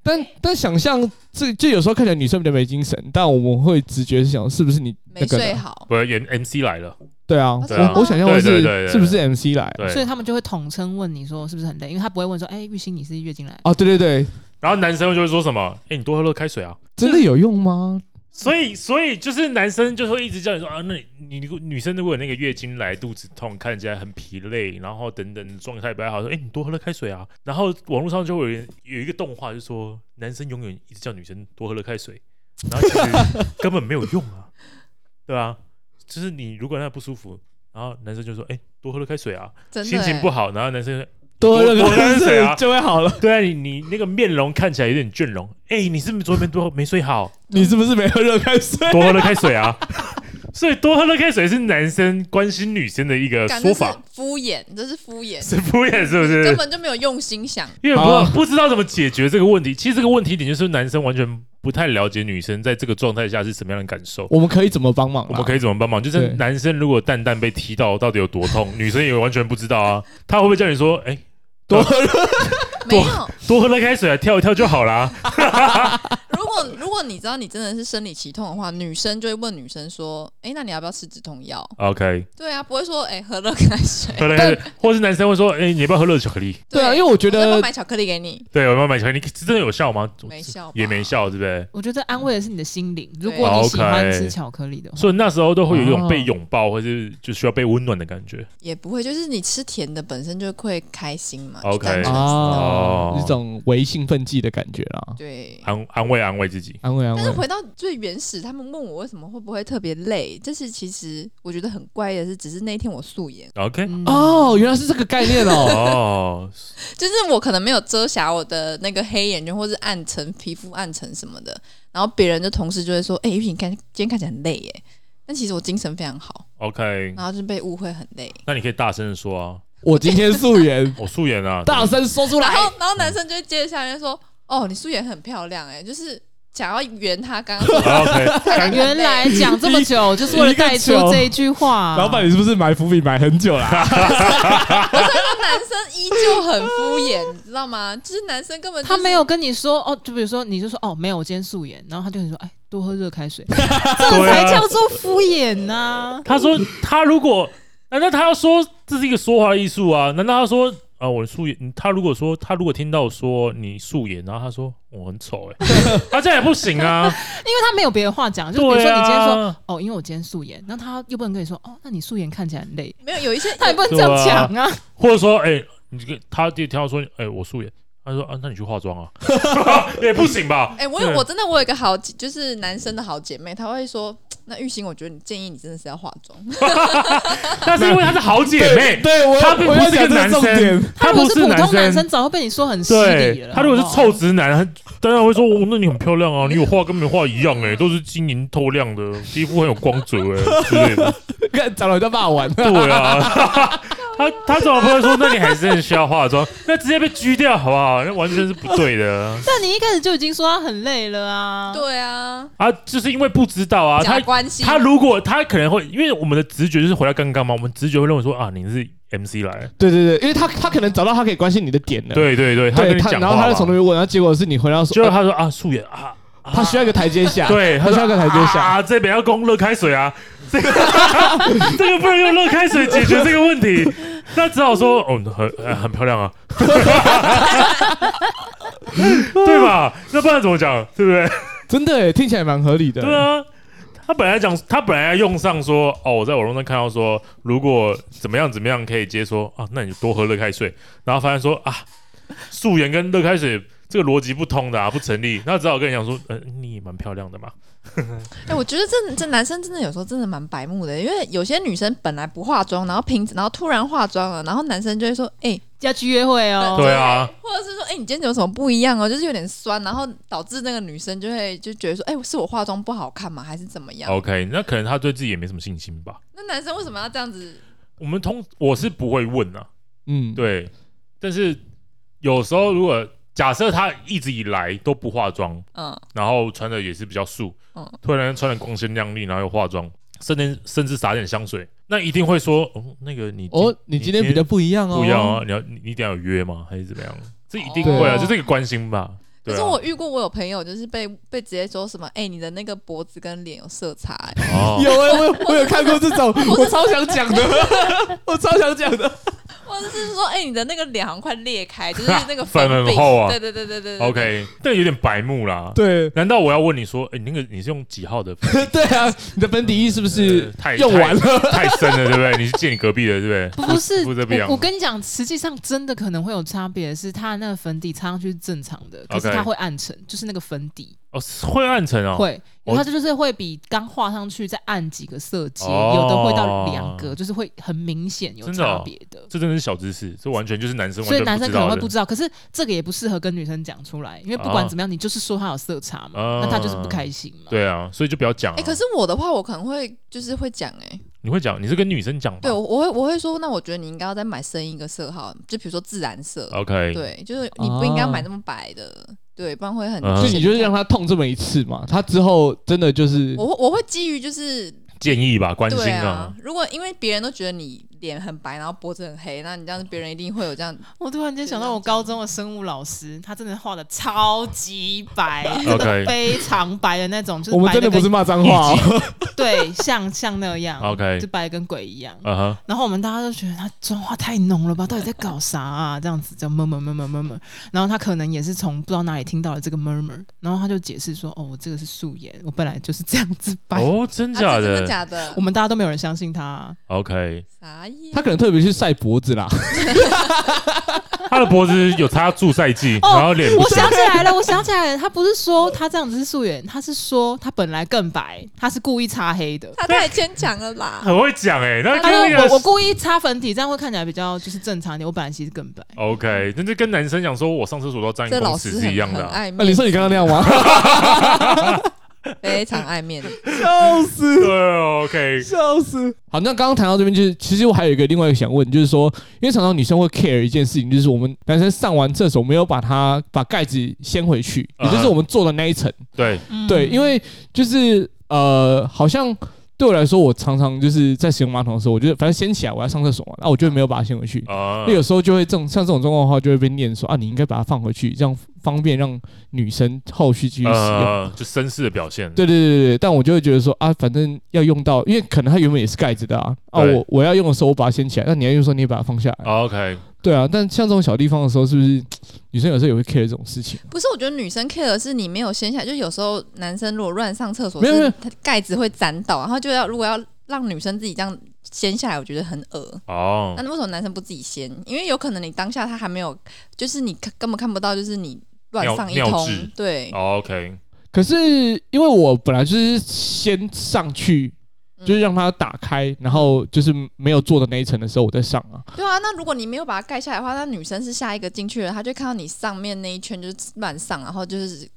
[SPEAKER 1] 但但想象这就有时候看起来女生比较没精神，但我们会直觉是想是不是你？”
[SPEAKER 3] 没
[SPEAKER 1] 那个
[SPEAKER 3] 睡
[SPEAKER 1] 人
[SPEAKER 3] 好，
[SPEAKER 2] 不是演 MC 来了，
[SPEAKER 1] 对啊，
[SPEAKER 3] 对啊
[SPEAKER 1] 我我想象的
[SPEAKER 2] 对
[SPEAKER 1] 是
[SPEAKER 2] 对对对
[SPEAKER 1] 是不是 MC 来？
[SPEAKER 2] 对
[SPEAKER 4] 所以。他们就会统称问你说是不是很累，因为他不会问说，哎，玉鑫你是月经来的？
[SPEAKER 1] 哦，对对对，
[SPEAKER 2] 然后男生就会说什么？哎，你多喝热开水啊。
[SPEAKER 1] 真的有用吗？
[SPEAKER 2] 所以，所以就是男生就会一直叫你说啊，那你你女生如果有那个月经来肚子痛，看起来很疲累，然后等等状态不太好，说哎、你多喝热开水啊。然后网络上就会有人有一个动画，就说男生永远一直叫女生多喝热开水，然后其实根本没有用啊， 对啊，就是你如果那不舒服，然后男生就说哎、多喝热开水啊，
[SPEAKER 3] 真的、
[SPEAKER 2] 心
[SPEAKER 3] 欸、
[SPEAKER 2] 情不好，然后男生就说
[SPEAKER 1] 多热
[SPEAKER 2] 多喝
[SPEAKER 1] 个
[SPEAKER 2] 水啊
[SPEAKER 1] 就会好了。
[SPEAKER 2] 对啊，你你那个面容看起来有点倦容，哎、你是不是昨天没多没睡好？
[SPEAKER 1] 你是不是没喝热开水？
[SPEAKER 2] 多喝热开水啊。所以多喝热开水是男生关心女生的一个
[SPEAKER 3] 感
[SPEAKER 2] 说
[SPEAKER 3] 觉是
[SPEAKER 2] 法，
[SPEAKER 3] 敷衍，这是敷衍，
[SPEAKER 2] 是敷衍是不
[SPEAKER 3] 根
[SPEAKER 2] 是？
[SPEAKER 3] 本就没有用心想。
[SPEAKER 2] 因为不、
[SPEAKER 1] 好啊
[SPEAKER 2] 不知道怎么解决这个问题。其实这个问题点就是男生完全不太了解女生在这个状态下是什么样的感受。
[SPEAKER 1] 我们可以怎么帮忙啦？
[SPEAKER 2] 我们可以怎么帮忙？就是
[SPEAKER 1] 对
[SPEAKER 2] 男生如果蛋蛋被踢到到底有多痛，女生也完全不知道啊。她会不会叫你说，哎、
[SPEAKER 1] 多
[SPEAKER 3] 没有，
[SPEAKER 2] 多喝热开水啊，跳一跳就好 啦。
[SPEAKER 3] 如果如果你知道你真的是生理期痛的话，女生就会问女生说：“哎、那你要不要吃止痛药
[SPEAKER 2] OK，？”
[SPEAKER 3] 对啊，不会说：“哎、喝热开水。
[SPEAKER 2] 喝热开水，或是男生会说，哎、你要不要喝热巧克力？
[SPEAKER 1] 对啊，因为我觉
[SPEAKER 3] 我要不要
[SPEAKER 1] 得
[SPEAKER 3] 买巧克力给你，
[SPEAKER 2] 对，我要买巧克力，真的有效吗？
[SPEAKER 3] 没效吧
[SPEAKER 2] 也没效，对不对？
[SPEAKER 4] 我觉得安慰的是你的心灵。如
[SPEAKER 3] 对
[SPEAKER 4] 果你喜欢
[SPEAKER 2] OK
[SPEAKER 4] 吃巧克力的话，
[SPEAKER 2] 所以那时候都会有一种
[SPEAKER 1] 哦
[SPEAKER 2] 被拥抱，或是就需要被温暖的感觉。
[SPEAKER 3] 也不会，就是你吃甜的本身就会开心嘛。
[SPEAKER 2] OK
[SPEAKER 3] 就单纯
[SPEAKER 1] 啊
[SPEAKER 3] 是
[SPEAKER 2] 哦
[SPEAKER 1] 一种为兴奋剂的感觉啦，
[SPEAKER 3] 对。
[SPEAKER 2] 安安慰安慰自己。
[SPEAKER 1] 安慰安
[SPEAKER 3] 但是
[SPEAKER 1] 慰。
[SPEAKER 3] 回到最原始，他们问我为什么会不会特别累，这是其实我觉得很怪的是，只是那一天我素颜，
[SPEAKER 2] 啊 OK，
[SPEAKER 4] 嗯，
[SPEAKER 1] 哦，原来是这个概念哦。
[SPEAKER 2] 哦，
[SPEAKER 3] 就是我可能没有遮瑕我的那个黑眼圈，或是暗沉皮肤暗沉什么的，然后别人的同事就会说：“哎、欸，玉萍看今天看起来很累耶。”但其实我精神非常好，
[SPEAKER 2] OK，
[SPEAKER 3] 然后就被误会很累。
[SPEAKER 2] 那你可以大声的说啊，
[SPEAKER 1] 我今天素颜，
[SPEAKER 2] 我素颜啊，
[SPEAKER 1] 大声说出
[SPEAKER 3] 然
[SPEAKER 1] 来。
[SPEAKER 3] 后，然后男生就会接着下来就说：“哦，你素颜很漂亮哎。”就是想要圆他刚刚说的
[SPEAKER 2] 啊 OK，
[SPEAKER 3] 很累
[SPEAKER 4] 原 来讲这么久，就是为了带出这一 句话。
[SPEAKER 1] 老板，你是不是埋伏笔埋很久
[SPEAKER 2] 啊
[SPEAKER 1] 啦？
[SPEAKER 3] 男生依旧很敷衍，你知道吗？就是男生根本、就是、
[SPEAKER 4] 他没有跟你说哦，就比如说你就说哦，没有，我今天素颜，然后他就跟你说，哎，多喝热 开水，这才
[SPEAKER 2] 啊
[SPEAKER 4] 叫做敷衍啊呐、
[SPEAKER 2] 他说他如果，难道他要说这是一个说话艺术啊？难道他说啊、我素颜？他如果说他如果听到我说你素颜，然后他说我很丑、欸， 他这样也不行啊。
[SPEAKER 4] 因为他没有别的话 讲，就比如说
[SPEAKER 2] 对
[SPEAKER 4] 你今天说
[SPEAKER 2] 啊，
[SPEAKER 4] 哦，因为我今天素颜，那他又不能跟你说哦，那你素颜看起来很
[SPEAKER 2] 啊
[SPEAKER 4] 累，
[SPEAKER 3] 没有有一些
[SPEAKER 4] 他也不能这样讲啊。
[SPEAKER 2] 或者说哎、你这个他就听到说哎、我素颜，他说啊，那你去化妆啊， 也不行吧？
[SPEAKER 3] 哎、我有我真的我有一个好姐，就是男生的好姐妹，她会说：“那玉兴，我觉得你建议你真的是要化妆。
[SPEAKER 2] 但是因为她是好姐妹，
[SPEAKER 1] 对，我
[SPEAKER 2] 她并
[SPEAKER 1] 我
[SPEAKER 2] 不
[SPEAKER 1] 要
[SPEAKER 2] 是一
[SPEAKER 1] 讲
[SPEAKER 2] 个
[SPEAKER 1] 这
[SPEAKER 2] 男
[SPEAKER 1] 重
[SPEAKER 2] 生
[SPEAKER 1] 点。，
[SPEAKER 4] 他如
[SPEAKER 2] 不
[SPEAKER 4] 果是普
[SPEAKER 2] 男
[SPEAKER 4] 通男生，早就被你说很失礼
[SPEAKER 2] 对
[SPEAKER 4] 了。
[SPEAKER 2] 他如果
[SPEAKER 4] 好
[SPEAKER 2] 是
[SPEAKER 4] 不好
[SPEAKER 2] 臭直男，他当然会说：“哦，那你很漂亮啊，你有画跟没画一样哎、都是晶莹透亮的，皮肤很有光泽哎、 之类的。
[SPEAKER 1] 看长得像骂完”，
[SPEAKER 2] 对啊， 他他怎么不会说？那你还是很需要化妆？那直接被狙掉好不好？那完全是不对的
[SPEAKER 4] 但你一开始就已经说他很累了啊。
[SPEAKER 3] 对啊，
[SPEAKER 2] 啊！就是因为不知道啊，
[SPEAKER 3] 假
[SPEAKER 2] 他
[SPEAKER 3] 关系。
[SPEAKER 2] 他如果他可能会，因为我们的直觉就是回到刚刚嘛，我们直觉会认为说啊，你是 MC 来，
[SPEAKER 1] 对对对，因为他他可能找到他可以关心你的点了。
[SPEAKER 2] 对对对，他
[SPEAKER 1] 对
[SPEAKER 2] 跟你
[SPEAKER 1] 他，
[SPEAKER 2] 讲
[SPEAKER 1] 然
[SPEAKER 2] 话
[SPEAKER 1] 后
[SPEAKER 2] 嘛，
[SPEAKER 1] 他就从那边问，然后结果是你回答
[SPEAKER 2] 就
[SPEAKER 1] 说，
[SPEAKER 2] 是
[SPEAKER 1] 哦
[SPEAKER 2] 他说啊，素颜啊，
[SPEAKER 1] 他需要一个台阶下。
[SPEAKER 2] 对，
[SPEAKER 1] 他需要一个台阶下。
[SPEAKER 2] 啊，这边要供热开水啊，这个这个不能用热开水解决这个问题，那只好说哦，很呃很漂 亮啊，对吧？那不然怎么讲，对不对？
[SPEAKER 1] 真的耶，听起来蛮合理的。
[SPEAKER 2] 对啊。他本来讲，他本来要用上说，哦，我在网络上看到说，如果怎么样怎么样可以接说啊，那你就多喝热开水，然后发现说啊，素颜跟热开水这个逻辑不通的啊，不成立，那只好跟你讲说，呃，你也蛮漂亮的嘛，
[SPEAKER 3] 哎、我觉得这这男生真的有时候真的蛮白目的，因为有些女生本来不化妆，然后平然后突然化妆了，然后男生就会说：“哎、
[SPEAKER 4] 要去约会哦。
[SPEAKER 2] 对啊，
[SPEAKER 3] 或者是说，哎、你今天有什么不一样哦？就是有点酸，然后导致那个女生就会就觉得说，哎、是我化妆不好看吗？还是怎么样？
[SPEAKER 2] OK，那可能他对自己也没什么信心吧。
[SPEAKER 3] 那男生为什么要这样子？
[SPEAKER 2] 我们通我是不会问啊，
[SPEAKER 1] 嗯，
[SPEAKER 2] 对，但是有时候如果假设他一直以来都不化妆，
[SPEAKER 3] 嗯，
[SPEAKER 2] 然后穿的也是比较素，
[SPEAKER 3] 嗯
[SPEAKER 2] 突然穿的光鲜亮丽，然后又化妆，甚至甚至撒点香水，那一定会说，哦，那个你
[SPEAKER 1] 哦，你今天比较不一样哦。
[SPEAKER 2] 不一样啊，你要你你等一下有约吗？还是怎么样？这一定
[SPEAKER 1] 哦
[SPEAKER 2] 会啊，这是一个关心吧。
[SPEAKER 3] 可
[SPEAKER 2] 对
[SPEAKER 3] 是
[SPEAKER 2] 啊，
[SPEAKER 3] 我遇过，我有朋友就是被被直接说什么，哎、你的那个脖子跟脸有色差、哎
[SPEAKER 2] 哦，
[SPEAKER 1] 有哎、我有我有看过这 种，我超想讲的，我超想讲的。
[SPEAKER 3] 或者是说，哎、你的那个脸好像快裂开，就是那 个
[SPEAKER 2] 粉很
[SPEAKER 3] 饼
[SPEAKER 2] 厚啊
[SPEAKER 3] 对对对对对对
[SPEAKER 2] OK，这有点白目啦。
[SPEAKER 1] 对
[SPEAKER 2] 难道我要问你说，哎、你那个你是用几号的粉
[SPEAKER 1] 对啊，你的粉底液是不是
[SPEAKER 2] 呃太
[SPEAKER 1] 用完了？
[SPEAKER 2] 太深了，对不对？你是借你隔壁的，对不对？
[SPEAKER 4] 不是，
[SPEAKER 2] 不是不一样
[SPEAKER 4] 我我跟你讲，实际上真的可能会有差别，是它那个粉底擦上去是正常的，可是
[SPEAKER 2] OK
[SPEAKER 4] 它会暗沉，就是那个粉底
[SPEAKER 2] 哦，会暗沉哦。
[SPEAKER 4] 会，
[SPEAKER 2] 我
[SPEAKER 4] 它就是会比刚画上去再暗几个色阶，
[SPEAKER 2] 哦
[SPEAKER 4] 有的会到两个，就是会很明显有
[SPEAKER 2] 真的
[SPEAKER 4] 差
[SPEAKER 2] 哦
[SPEAKER 4] 别的。
[SPEAKER 2] 这真的是小知识，这完全就是男生完
[SPEAKER 4] 所以
[SPEAKER 2] 全
[SPEAKER 4] 男
[SPEAKER 2] 不
[SPEAKER 4] 生
[SPEAKER 2] 知
[SPEAKER 4] 可能
[SPEAKER 2] 道
[SPEAKER 4] 会
[SPEAKER 2] 的
[SPEAKER 4] 不。知道，可是这个也不适合跟女生讲出来，因为不管
[SPEAKER 2] 哦
[SPEAKER 4] 怎么样，你就是说他有色差嘛，
[SPEAKER 2] 哦
[SPEAKER 4] 那他就是不开心嘛。
[SPEAKER 2] 对啊，所以就不要讲、啊。
[SPEAKER 3] 哎、可是我的话，我可能会就是会讲哎、
[SPEAKER 2] 你会讲，你是跟女生讲吧？
[SPEAKER 3] 对我我会我会说，那我觉得你应该要再买深一个色号，就比如说自然色，
[SPEAKER 2] OK，啊
[SPEAKER 3] 对，就是你不应该买那么白的，对，不然会很
[SPEAKER 2] 嗯
[SPEAKER 1] 所以你就是
[SPEAKER 3] 这
[SPEAKER 1] 让
[SPEAKER 3] 样。
[SPEAKER 1] 他痛这么一次嘛，他之后真的就是
[SPEAKER 3] 我会我会基于就是
[SPEAKER 2] 建议吧，关
[SPEAKER 3] 对
[SPEAKER 2] 心
[SPEAKER 3] 啊，如果因为别人都觉得你脸很白，然后脖子很黑，那你这样子别人一定会有这样。
[SPEAKER 4] 我突然间想到，我高中的生物老师，他真的画的超级白，真的
[SPEAKER 2] OK
[SPEAKER 4] 非常白的那种，就是
[SPEAKER 1] 我们
[SPEAKER 4] 白得
[SPEAKER 1] 真的不
[SPEAKER 4] 跟
[SPEAKER 1] 是骂脏话哦，
[SPEAKER 4] 对像像那样
[SPEAKER 2] OK
[SPEAKER 4] 就白的跟鬼一样。
[SPEAKER 2] 啊哈，
[SPEAKER 4] 然后我们大家都觉得他妆化太浓了吧，到底在搞啥啊？这样子叫 murmur murmur murmur。然后他可能也是从不知道哪里听到了这个 murmur，然后他就解释说：“哦，我这个是素颜，我本来就是这样子白。
[SPEAKER 2] 哦， 真假
[SPEAKER 3] 啊、这真
[SPEAKER 2] 的
[SPEAKER 3] 的假的
[SPEAKER 4] 我？们大家都没有人相信他啊、
[SPEAKER 2] ？OK，
[SPEAKER 3] 啥意
[SPEAKER 1] 他可能特别去晒脖子啦。
[SPEAKER 2] 他的脖子有擦助赛剂，
[SPEAKER 4] 哦
[SPEAKER 2] 然后脸不
[SPEAKER 4] 我想起来了，我想起来了，他不是说他这样子是素颜，他是说他本来更白，他是故意擦黑的。
[SPEAKER 3] 他太牵强了 啦！
[SPEAKER 2] 很会讲哎、那
[SPEAKER 4] 他说
[SPEAKER 2] 跟那
[SPEAKER 4] 啊我我
[SPEAKER 2] 个
[SPEAKER 4] 故意擦粉底，这样会看起来比较就是正常一点。我本来其实更白，
[SPEAKER 2] OK，那就跟男生讲说我上厕所都要沾一
[SPEAKER 3] 这
[SPEAKER 2] 公
[SPEAKER 3] 老
[SPEAKER 2] 尺
[SPEAKER 3] 师
[SPEAKER 2] 是
[SPEAKER 3] 很
[SPEAKER 2] 一样的
[SPEAKER 3] 很
[SPEAKER 2] 啊、
[SPEAKER 3] 爱
[SPEAKER 1] 那
[SPEAKER 3] 面
[SPEAKER 1] 你
[SPEAKER 3] 子，
[SPEAKER 1] 说你刚刚那样吗？
[SPEAKER 3] 非常爱 面子。
[SPEAKER 1] 笑死，
[SPEAKER 2] 对，OK，
[SPEAKER 1] 笑死。好，那刚刚谈到这边，就是其实我还有一个另外一个想问，就是说，因为常常女生会 care 一件事情，就是我们男生上完厕所没有把它把盖子掀回去，
[SPEAKER 2] 啊
[SPEAKER 1] 也就是我们坐的那一层。
[SPEAKER 2] 对，
[SPEAKER 4] 嗯
[SPEAKER 1] 对，因为就是呃，好像对我来说，我常常就是在使用马桶的时候，我觉得反正掀起来我要上厕所嘛，那我就没有把它掀回去。
[SPEAKER 2] 啊、
[SPEAKER 1] 那有时候就会这种像这种状况的话，就会被念说啊，你应该把它放回去，这样方便让女生后续继续使用。
[SPEAKER 2] 呃，就绅士的表现，
[SPEAKER 1] 对对对对对，但我就会觉得说啊，反正要用到，因为可能它原本也是盖子的啊，啊，
[SPEAKER 2] 对嗯
[SPEAKER 1] 我我要用的时候我把它掀起来，那你要用的时候你也把它放下来，
[SPEAKER 2] ，OK，
[SPEAKER 1] 对啊。但像这种小地方的时候，是不是女生有时候也会 care 这种事情？
[SPEAKER 3] 不是，我觉得女生 care 的是你没有掀起来，就是有时候男生如果乱上厕所，
[SPEAKER 1] 没有没有
[SPEAKER 3] 是他盖子会沾到，然后就要如果要让女生自己这样掀下来，我觉得很恶。
[SPEAKER 2] 哦
[SPEAKER 3] 那、，为什么男生不自己掀？因为有可能你当下他还没有，就是你看根本看不到，就是你乱
[SPEAKER 2] 尿
[SPEAKER 3] 上一
[SPEAKER 2] 尿
[SPEAKER 3] 通
[SPEAKER 2] 渍，
[SPEAKER 3] 对，
[SPEAKER 2] 哦 OK，
[SPEAKER 1] 可是因为我本来就是先上去，
[SPEAKER 3] 嗯
[SPEAKER 1] 就是让它打开，然后就是没有做的那一层的时候我再上啊。
[SPEAKER 3] 对啊。那如果你没有把它盖下来的话，那女生是下一个进去的，她就看到你上面那一圈就是乱上，然后就是，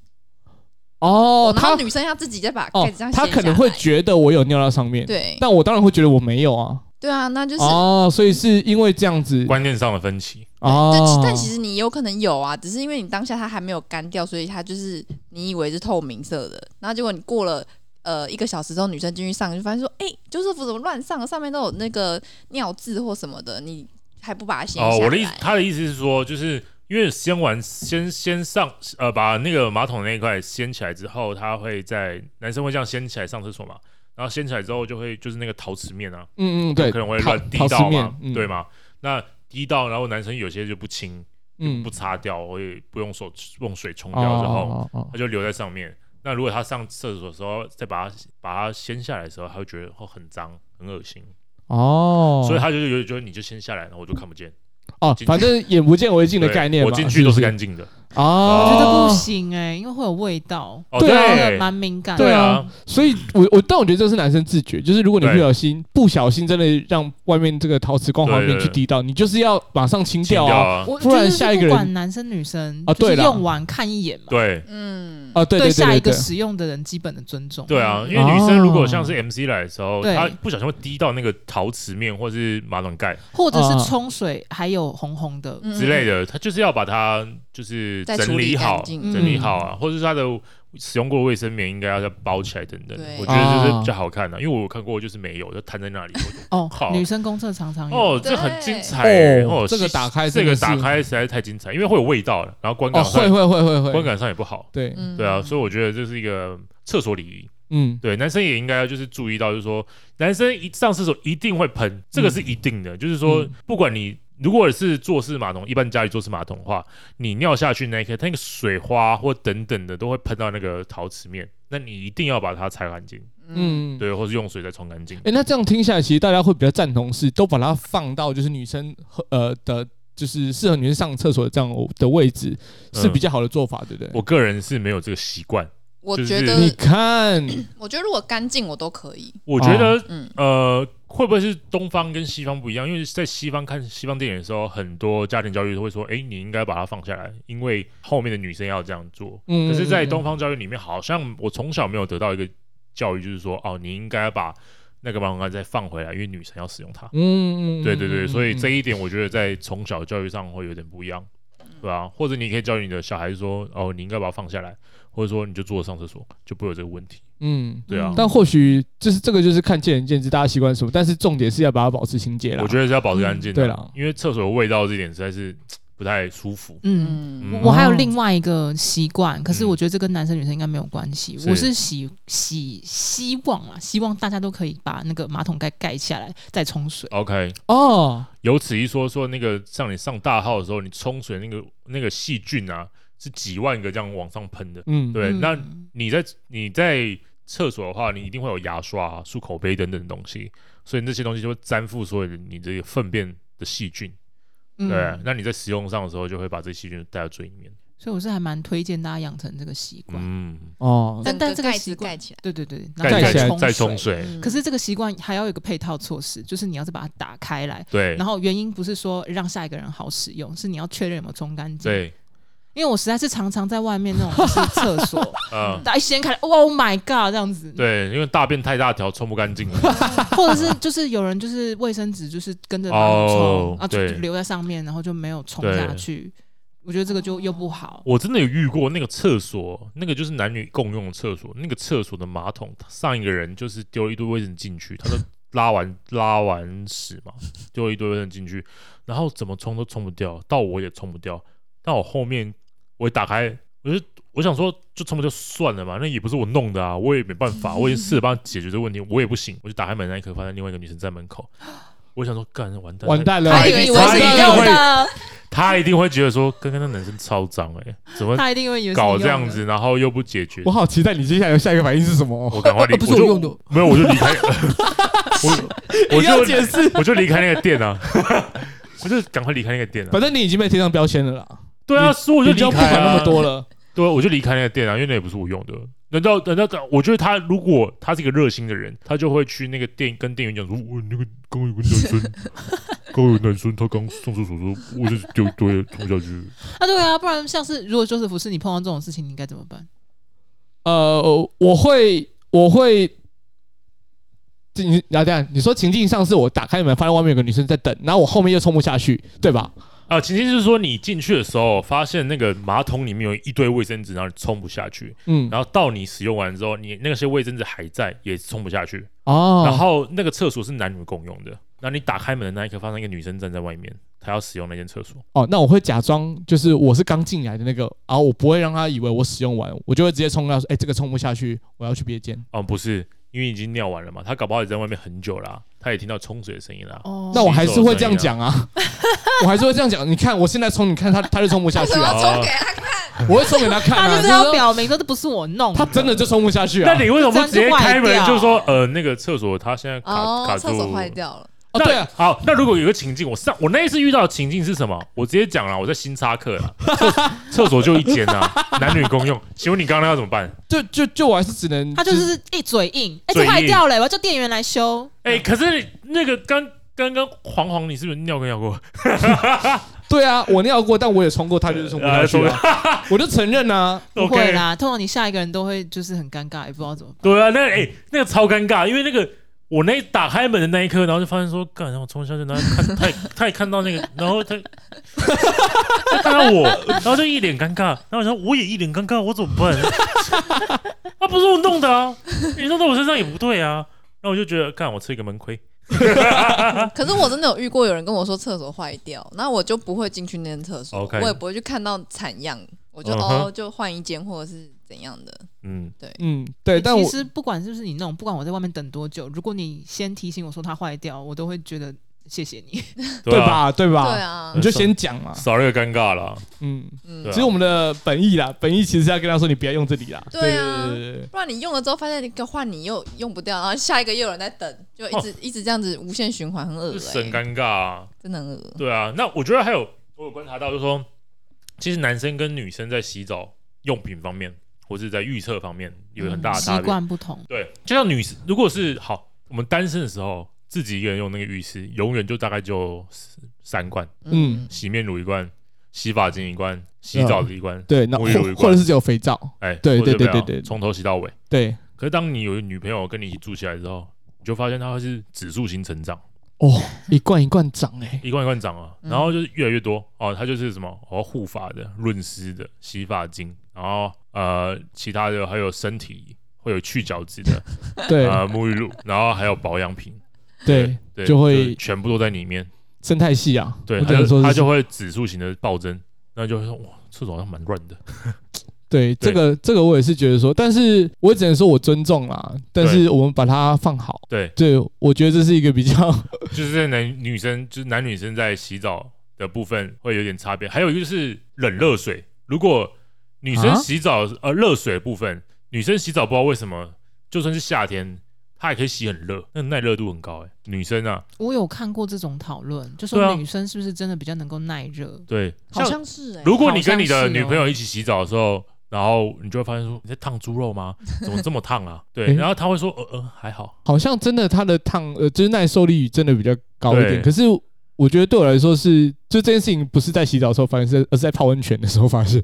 [SPEAKER 1] 哦，
[SPEAKER 3] 然
[SPEAKER 1] 他
[SPEAKER 3] 后女生要自己再把
[SPEAKER 1] 哦
[SPEAKER 3] 盖子这样，掀下
[SPEAKER 1] 他
[SPEAKER 3] 来，
[SPEAKER 1] 可能会觉得我有尿到上面，
[SPEAKER 3] 对
[SPEAKER 1] 但我当然会觉得我没有啊。
[SPEAKER 3] 对啊，那就是
[SPEAKER 1] 哦，所以是因为这样子
[SPEAKER 2] 观念上的分歧，
[SPEAKER 1] 哦
[SPEAKER 3] 但其但其实你有可能有啊，只是因为你当下它还没有干掉，所以它就是你以为是透明色的，然后结果你过了呃一个小时之后，女生进去上就发现说，哎、就是服怎么乱上，上面都有那个尿渍或什么的，你还不把它掀下来？
[SPEAKER 2] 哦，我的意思，他的意思是说，就是因为先完先先上呃，把那个马桶那一块掀起来之后，他会在男生会这样掀起来上厕所嘛，然后掀起来之后就会就是那个陶瓷面啊，
[SPEAKER 1] 嗯嗯对，
[SPEAKER 2] 可能会
[SPEAKER 1] 陶
[SPEAKER 2] 乱滴
[SPEAKER 1] 陶瓷
[SPEAKER 2] 到
[SPEAKER 1] 面
[SPEAKER 2] 嘛，，
[SPEAKER 1] 嗯
[SPEAKER 2] 对？吗？那滴到，然后男生有些就不清，
[SPEAKER 1] 嗯
[SPEAKER 2] 不擦掉，我也不用手用水冲
[SPEAKER 1] 哦
[SPEAKER 2] 掉之后，
[SPEAKER 1] 哦哦
[SPEAKER 2] 它就留在上面。那如果他上厕所的时候再把它把它掀下来的时候，他会觉得哦很脏很恶心，
[SPEAKER 1] 哦，
[SPEAKER 2] 所以他就有觉得你就掀下来，然后我就看不见。
[SPEAKER 1] 哦，反正眼不见为净的
[SPEAKER 2] 对
[SPEAKER 1] 概念嘛，
[SPEAKER 2] 我进去都是
[SPEAKER 1] 不
[SPEAKER 2] 干净的。
[SPEAKER 1] 哦，
[SPEAKER 4] 我觉得不行哎、因为会有味道，
[SPEAKER 2] 哦，
[SPEAKER 1] 对啊
[SPEAKER 4] 真的蛮敏感的。
[SPEAKER 1] 对
[SPEAKER 2] 对
[SPEAKER 1] 啊
[SPEAKER 2] 啊，
[SPEAKER 1] 所以我我但我觉得这是男生自觉，就是如果你
[SPEAKER 2] 对
[SPEAKER 1] 不小心不小心真的让外面这个陶瓷光滑面
[SPEAKER 2] 对对
[SPEAKER 1] 去
[SPEAKER 2] 对
[SPEAKER 1] 滴到，你就是要马上清
[SPEAKER 2] 清
[SPEAKER 1] 掉
[SPEAKER 2] 掉
[SPEAKER 1] 啊
[SPEAKER 2] 啊，
[SPEAKER 4] 我
[SPEAKER 1] 不然
[SPEAKER 4] 就是
[SPEAKER 1] 下一个人
[SPEAKER 4] 不管男生女生
[SPEAKER 1] 啊
[SPEAKER 4] 就
[SPEAKER 1] 对
[SPEAKER 4] 是
[SPEAKER 1] 啦
[SPEAKER 4] 用完看一眼嘛，
[SPEAKER 2] 对
[SPEAKER 3] 嗯，
[SPEAKER 1] 啊！对对
[SPEAKER 4] 下一
[SPEAKER 1] 对
[SPEAKER 4] 个
[SPEAKER 1] 对，
[SPEAKER 4] 使用的人基本的尊重。
[SPEAKER 2] 对啊，因为
[SPEAKER 1] 哦
[SPEAKER 2] 女生如果像是 MC 来的时候，
[SPEAKER 4] 对
[SPEAKER 2] 她不小心会滴到那个陶瓷面或是马桶盖
[SPEAKER 4] 或者
[SPEAKER 1] 啊
[SPEAKER 4] 是冲水还有红红的，
[SPEAKER 3] 嗯
[SPEAKER 2] 之类的，她就是要把它就是
[SPEAKER 3] 再
[SPEAKER 2] 整
[SPEAKER 3] 处理
[SPEAKER 2] 理好
[SPEAKER 3] 干，净
[SPEAKER 4] 嗯
[SPEAKER 2] 整理好啊，或者是她的使用过的卫生棉应该要再包起来等等的
[SPEAKER 3] 对。
[SPEAKER 2] 我觉得就是
[SPEAKER 1] 啊
[SPEAKER 2] 比较好看的，因为我有看过就是没有，就摊在那里。我
[SPEAKER 4] 哦
[SPEAKER 2] 好，
[SPEAKER 4] 女生公厕常常有。
[SPEAKER 2] 哦，
[SPEAKER 3] 嗯对
[SPEAKER 2] 这很精彩欸
[SPEAKER 1] 哦
[SPEAKER 2] 哦，
[SPEAKER 1] 这个打开
[SPEAKER 2] 这
[SPEAKER 1] 真的
[SPEAKER 2] 个
[SPEAKER 1] 是
[SPEAKER 2] 打开实在太精彩，因为会有味道，然后观
[SPEAKER 1] 哦，
[SPEAKER 2] 感
[SPEAKER 1] 会
[SPEAKER 2] 上
[SPEAKER 1] 会会会
[SPEAKER 2] 观
[SPEAKER 1] 会，
[SPEAKER 2] 感上也不好。
[SPEAKER 1] 对，
[SPEAKER 3] 嗯
[SPEAKER 2] 对啊，所以我觉得这是一个厕所礼仪。
[SPEAKER 1] 嗯，
[SPEAKER 2] 对，男生也应该要就是注意到，就是说男生一上厕所一定会喷，这个是一定的。就是说
[SPEAKER 1] 嗯，
[SPEAKER 2] 不管你如果是坐式马桶，一般家里坐式马桶的话，你尿下去那一刻，它那个水花或等等的都会喷到那个陶瓷面，那你一定要把它擦干净，
[SPEAKER 1] 嗯。
[SPEAKER 2] 对，或是用水再冲干净。
[SPEAKER 1] 哎，那这样听下来，其实大家会比较赞同是都把它放到就是女生和呃的，就是适合女生上厕所的这样哦的位置是
[SPEAKER 2] 嗯
[SPEAKER 1] 比较好的做法，对不对
[SPEAKER 2] 我？个人是没有这个习惯，
[SPEAKER 3] 我
[SPEAKER 2] 就是
[SPEAKER 3] 觉
[SPEAKER 1] 你
[SPEAKER 3] 得，
[SPEAKER 1] 看，
[SPEAKER 3] 我觉得如果干净我都可以，
[SPEAKER 2] 我觉得、
[SPEAKER 1] 哦
[SPEAKER 3] 嗯，
[SPEAKER 2] 呃，会不会是东方跟西方不一样？因为在西方看西方电影的时候，很多家庭教育都会说：“哎、你应该把它放下来，因为后面的女生要这样做。”
[SPEAKER 1] 嗯
[SPEAKER 2] 可是，在东方教育里面，好像我从小没有得到一个教育，就是说：“哦，你应该把那个马桶盖再放回来，因为女生要使用它。”
[SPEAKER 1] 嗯，嗯
[SPEAKER 2] 对对对，所以这
[SPEAKER 1] 一
[SPEAKER 2] 一点我觉得在从小教育上会有点不一样。对吧、或者你可以教你的小孩说，哦，你应该把它放下来，或者说你就坐着上厕所，就不会有这个问题。
[SPEAKER 1] 嗯，
[SPEAKER 2] 对啊，
[SPEAKER 1] 但或许就是这个就是看见仁见智，大家习惯什么，但是重点是要把它保持清洁啦。嗯
[SPEAKER 2] 我觉得是要保持干净的、
[SPEAKER 1] 对啦
[SPEAKER 2] 因为厕所的味道这一点实在是不太舒服。
[SPEAKER 4] 嗯，
[SPEAKER 3] 嗯
[SPEAKER 2] 嗯
[SPEAKER 4] 我还有
[SPEAKER 1] 哦
[SPEAKER 4] 另外一个习惯，可是
[SPEAKER 2] 嗯
[SPEAKER 4] 我觉得这跟男生女生应该没有关系。
[SPEAKER 2] 是
[SPEAKER 4] 我是希希希望啊，希望大家都可以把那个马桶盖盖下来再冲水。
[SPEAKER 2] OK，
[SPEAKER 1] 哦，
[SPEAKER 2] 由此一说，说那个像你上大号的时候，你冲水那个那个细菌啊，是几万个这样往上喷的。
[SPEAKER 1] 嗯，
[SPEAKER 2] 对，
[SPEAKER 4] 嗯
[SPEAKER 2] 那你在你在厕所的话，你一定会有牙刷、啊、漱口杯等等的东西，所以那些东西就会粘附所有的你这个粪便的细菌。
[SPEAKER 4] 嗯
[SPEAKER 2] 对，那你在使用上的时候，就会把这细菌带到最里面。
[SPEAKER 4] 所以我是还蛮推荐大家养成这个习惯。
[SPEAKER 2] 嗯，
[SPEAKER 1] 哦，
[SPEAKER 4] 但但这个
[SPEAKER 3] 盖
[SPEAKER 4] 习
[SPEAKER 3] 子
[SPEAKER 4] 惯
[SPEAKER 3] 盖起来。
[SPEAKER 4] 对对对，然后
[SPEAKER 1] 盖
[SPEAKER 2] 盖
[SPEAKER 1] 起
[SPEAKER 2] 起
[SPEAKER 1] 来
[SPEAKER 2] 来再
[SPEAKER 4] 冲
[SPEAKER 2] 冲。水。
[SPEAKER 3] 嗯
[SPEAKER 4] 可是这个习惯还要有一个配套措施，就是你要再把它打开来。
[SPEAKER 2] 对
[SPEAKER 4] 然后原因不是说让下一个人好使用，是你要确认有没有冲干净。，
[SPEAKER 2] 对，
[SPEAKER 4] 因为我实在是常常在外面那种就是厕所，
[SPEAKER 2] 嗯。
[SPEAKER 4] 打一掀开来，Oh my god，这样子。
[SPEAKER 2] 对，因为大便太大条，冲不干净了。
[SPEAKER 4] 或者是就是有人就是卫生纸就是跟着马桶冲
[SPEAKER 2] 哦
[SPEAKER 4] 啊，就
[SPEAKER 2] 对
[SPEAKER 4] 就留在上面，然后就没有冲下去。我觉得这个就又不好。
[SPEAKER 2] 我真的有遇过那个厕所，那个就是男女共用的厕所，那个厕所的马桶上一个人就是丢了一堆卫生纸进去，他都拉完 拉完屎嘛，丢了一堆卫生纸进去，然后怎么冲都冲不掉，到我也冲不掉。但我后面我一打开，我就我想说就冲不掉算了嘛，那也不是我弄的啊，我也没办法，我已经试着帮他解决这个问题，我也不行，我就打开门那一刻，发现另外一个女生在门口，我想说干完蛋
[SPEAKER 1] 完蛋了，
[SPEAKER 2] 他
[SPEAKER 3] 他
[SPEAKER 2] 一
[SPEAKER 3] 以
[SPEAKER 2] 定
[SPEAKER 3] 为
[SPEAKER 2] 以
[SPEAKER 3] 以
[SPEAKER 2] 为
[SPEAKER 3] 为
[SPEAKER 2] 是
[SPEAKER 3] 是
[SPEAKER 2] 你
[SPEAKER 3] 你
[SPEAKER 2] 用的
[SPEAKER 3] 用的，
[SPEAKER 2] 他一定会觉得说，刚刚那男生超脏哎、怎么
[SPEAKER 4] 他一定会以为是你
[SPEAKER 2] 搞
[SPEAKER 4] 用
[SPEAKER 2] 这样
[SPEAKER 4] 的，
[SPEAKER 2] 子，然后又不解决
[SPEAKER 1] 我，好期待你接下来下一个反应是什么哦。
[SPEAKER 2] 我赶快离，
[SPEAKER 1] 呃不是
[SPEAKER 2] 就
[SPEAKER 1] 我用的
[SPEAKER 2] 没有，我就离 开，我我
[SPEAKER 1] 你要
[SPEAKER 2] 就
[SPEAKER 1] 解释，
[SPEAKER 2] 我就离开那个店啊， 我就赶快离开那个店啊。
[SPEAKER 1] 反正你已经被贴上标签了啦，
[SPEAKER 2] 对啊，所以我就
[SPEAKER 1] 你就
[SPEAKER 2] 离
[SPEAKER 1] 不
[SPEAKER 2] 开
[SPEAKER 1] 管那
[SPEAKER 2] 啊
[SPEAKER 1] 么多，了。
[SPEAKER 2] 对啊，我就离开那个店啊，因为那也不是我用的。难道难道我觉得他如果他是一个热心的人，他就会去那个店跟店员讲说，我那个刚刚有个男 生，刚刚有个男生他刚上厕所说，我就是丢一堆冲下去。
[SPEAKER 4] 啊，对啊，不然像是如果就是不是你碰到这种事情，你应该怎么办？
[SPEAKER 1] 呃，我会，我会，这你啊，这样你说情境上是我打开门发现外面有个女生在等，然后我后面又冲不下去，对吧？
[SPEAKER 2] 啊，情境就是说你进去的时候，发现那个马桶里面有一堆卫生纸，然后你冲不下去，
[SPEAKER 1] 嗯，
[SPEAKER 2] 然后到你使用完之后，你那些卫生纸还在，也冲不下去。
[SPEAKER 1] 哦，
[SPEAKER 2] 然后那个厕所是男女共用的，那你打开门的那一刻，发现一个女生站在外面，她要使用那间厕所。
[SPEAKER 1] 哦，那我会假装就是我是刚进来的那个，然后我不会让他以为我使用完，我就会直接冲到说，哎、这个冲不下去，我要去别间。
[SPEAKER 2] 哦、不是，因为已经尿完了嘛，她搞不好也在外面很久啦、她也听到冲水的声音啦、
[SPEAKER 4] 哦，
[SPEAKER 1] 那我还是会这样讲啊，我还是会这样讲。你看我现在冲，你看他他就冲不下
[SPEAKER 3] 为
[SPEAKER 1] 去
[SPEAKER 3] 什么
[SPEAKER 1] 啊，
[SPEAKER 2] 啊
[SPEAKER 3] 要冲给他？
[SPEAKER 1] 我会冲给他看
[SPEAKER 4] 他
[SPEAKER 1] 啊，
[SPEAKER 4] 就是
[SPEAKER 1] 就是
[SPEAKER 4] 要
[SPEAKER 1] 说
[SPEAKER 4] 表明说这不是我弄
[SPEAKER 1] 他真的就冲不下去啊
[SPEAKER 2] 那。你为什么不直接开
[SPEAKER 4] 这
[SPEAKER 2] 门
[SPEAKER 4] 样就坏掉
[SPEAKER 2] 就说，呃，那个厕所它现在卡、卡
[SPEAKER 3] 哦，
[SPEAKER 2] 住，
[SPEAKER 3] 厕所坏掉了，
[SPEAKER 1] 哦，
[SPEAKER 2] 那
[SPEAKER 1] 对啊，，
[SPEAKER 2] 好，那如果有个情境，我上我那一次遇到的情境是什么？我直接讲了，我在新沙克啦，厕厕所就一间啊，男女共用。请问你刚刚要怎么办？
[SPEAKER 1] 就就就我还是只能，
[SPEAKER 4] 他就是一嘴硬，哎，
[SPEAKER 2] 嘴
[SPEAKER 4] 这
[SPEAKER 2] 硬
[SPEAKER 4] 坏掉了，我要叫店员来修。
[SPEAKER 2] 哎、可是那个刚刚刚黄黄，你是不是尿跟尿过？
[SPEAKER 1] 对啊，我尿过，但我也冲过，他就是冲不下去
[SPEAKER 2] 哎
[SPEAKER 1] 啊， 我就承认啊。
[SPEAKER 4] 不
[SPEAKER 2] OK
[SPEAKER 4] 会啦，通常你下一个人都会就是很尴尬，也不知道怎么办。
[SPEAKER 2] 对啊，那哎、那个超尴尬，因为那个我那打开门的那一刻，然后就发现说，干，然后冲下去，然后看他也他也看到那个，然后他他看到我，然后就一脸尴尬，然后我想我也一脸尴尬，我怎么办？ 啊，不是我弄的啊，你弄到我身上也不对啊。然后我就觉得，干，我吃一个闷亏。
[SPEAKER 3] 可是我真的有遇过有人跟我说厕所坏掉，那我就不会进去那间厕所
[SPEAKER 2] OK
[SPEAKER 3] 我也不会去看到惨样，我就、
[SPEAKER 2] 嗯哼
[SPEAKER 3] 哦就换一间或者是怎样的。
[SPEAKER 2] 嗯，
[SPEAKER 1] 嗯，对，但我
[SPEAKER 4] 其实不管是不是你弄，不管我在外面等多久，如果你先提醒我说它坏掉，我都会觉得谢谢你。
[SPEAKER 1] 对
[SPEAKER 2] 啊？
[SPEAKER 1] 吧？对
[SPEAKER 3] 对
[SPEAKER 1] 吧？
[SPEAKER 3] 啊
[SPEAKER 1] 你，就先讲嘛，
[SPEAKER 2] 少了一个尴尬了。
[SPEAKER 1] 嗯。
[SPEAKER 3] 嗯
[SPEAKER 2] 嗯对啊
[SPEAKER 1] 其实我们的本意啦，本意其实是要跟他说，你不要用这里啦。
[SPEAKER 3] 对啊
[SPEAKER 1] 对对对对
[SPEAKER 3] 不然你用了之后发现那个换你又用不掉，然后下一个又有人在等，就一直、一直这样子无限循环，很恶
[SPEAKER 2] 哦是神
[SPEAKER 3] 心、
[SPEAKER 2] 尴尬、啊。
[SPEAKER 3] 真的很 恶。
[SPEAKER 2] 对啊，那我觉得还有，我有观察到，就是说，其实男生跟女生在洗澡用品方面，或是在预测方面，有很
[SPEAKER 1] 嗯
[SPEAKER 2] 大的
[SPEAKER 4] 习
[SPEAKER 2] 差别。
[SPEAKER 4] 惯不同，
[SPEAKER 2] 对，就像女生，如果是好，我们单身的时候，自己一个人用那个浴室，永远就大概就三罐：
[SPEAKER 1] 嗯
[SPEAKER 2] 洗面乳一罐，洗发精一罐，洗澡的一罐，
[SPEAKER 1] 对，那
[SPEAKER 2] 沐浴露一罐
[SPEAKER 1] 或或者是只有肥皂，
[SPEAKER 2] 哎、
[SPEAKER 1] 嗯对
[SPEAKER 2] 或者
[SPEAKER 1] 对
[SPEAKER 2] 不要
[SPEAKER 1] 对对对
[SPEAKER 2] 从头洗到尾。
[SPEAKER 1] 对，
[SPEAKER 2] 可是当你有一个女朋友跟你一起住起来之后，你就发现她会是指数型成长。
[SPEAKER 1] 哦，一罐一罐涨哎、
[SPEAKER 2] 一罐一罐涨啊，
[SPEAKER 3] 嗯
[SPEAKER 2] 然后就是越来越多哦，它就是什么哦护发的、润湿的、洗发精，然后呃其他的还有身体会有去角质的
[SPEAKER 1] 对、
[SPEAKER 2] 呃沐浴露，然后还有保养品，
[SPEAKER 1] 对，
[SPEAKER 2] 对，
[SPEAKER 1] 就会
[SPEAKER 2] 是全部都在里面，
[SPEAKER 1] 生态系啊，
[SPEAKER 2] 对，
[SPEAKER 1] 我只
[SPEAKER 2] 它
[SPEAKER 1] 能
[SPEAKER 2] 就
[SPEAKER 1] 说
[SPEAKER 2] 它
[SPEAKER 1] 是
[SPEAKER 2] 就会指数型的暴增，那就会说哇，厕所好像蛮乱的，
[SPEAKER 1] 对这
[SPEAKER 2] 对
[SPEAKER 1] 个这个我也是觉得说，但是我也只能说我尊重啦，但是我们把它放好，
[SPEAKER 2] 对，
[SPEAKER 1] 对我觉得这是一个比较
[SPEAKER 2] 就是在男女生就是男女生在洗澡的部分会有点差别，还有一个就是冷热水，如果女生
[SPEAKER 1] 啊
[SPEAKER 2] 洗澡、呃热水的部分，女生洗澡不知道为什么，就算是夏天。她也可以洗很热，那耐热度很高哎、女生啊，
[SPEAKER 4] 我有看过这种讨论，就
[SPEAKER 2] 对
[SPEAKER 4] 说
[SPEAKER 2] 啊
[SPEAKER 4] 女生是不是真的比较能够耐热？
[SPEAKER 2] 对，
[SPEAKER 3] 好像是哎、
[SPEAKER 2] 如果你跟你的
[SPEAKER 4] 好像是哦
[SPEAKER 2] 女朋友一起洗澡的时候，然后你就会发现说你在烫猪肉吗？怎么这么烫啊？对，
[SPEAKER 1] 诶
[SPEAKER 2] 然后她会说呃呃还好，
[SPEAKER 1] 好像真的它的烫呃就是耐受力真的比较高一点，
[SPEAKER 2] 对
[SPEAKER 1] 可是我觉得对我来说是就这件事情不是在洗澡的时候发生，是而是在泡温泉的时候 发生，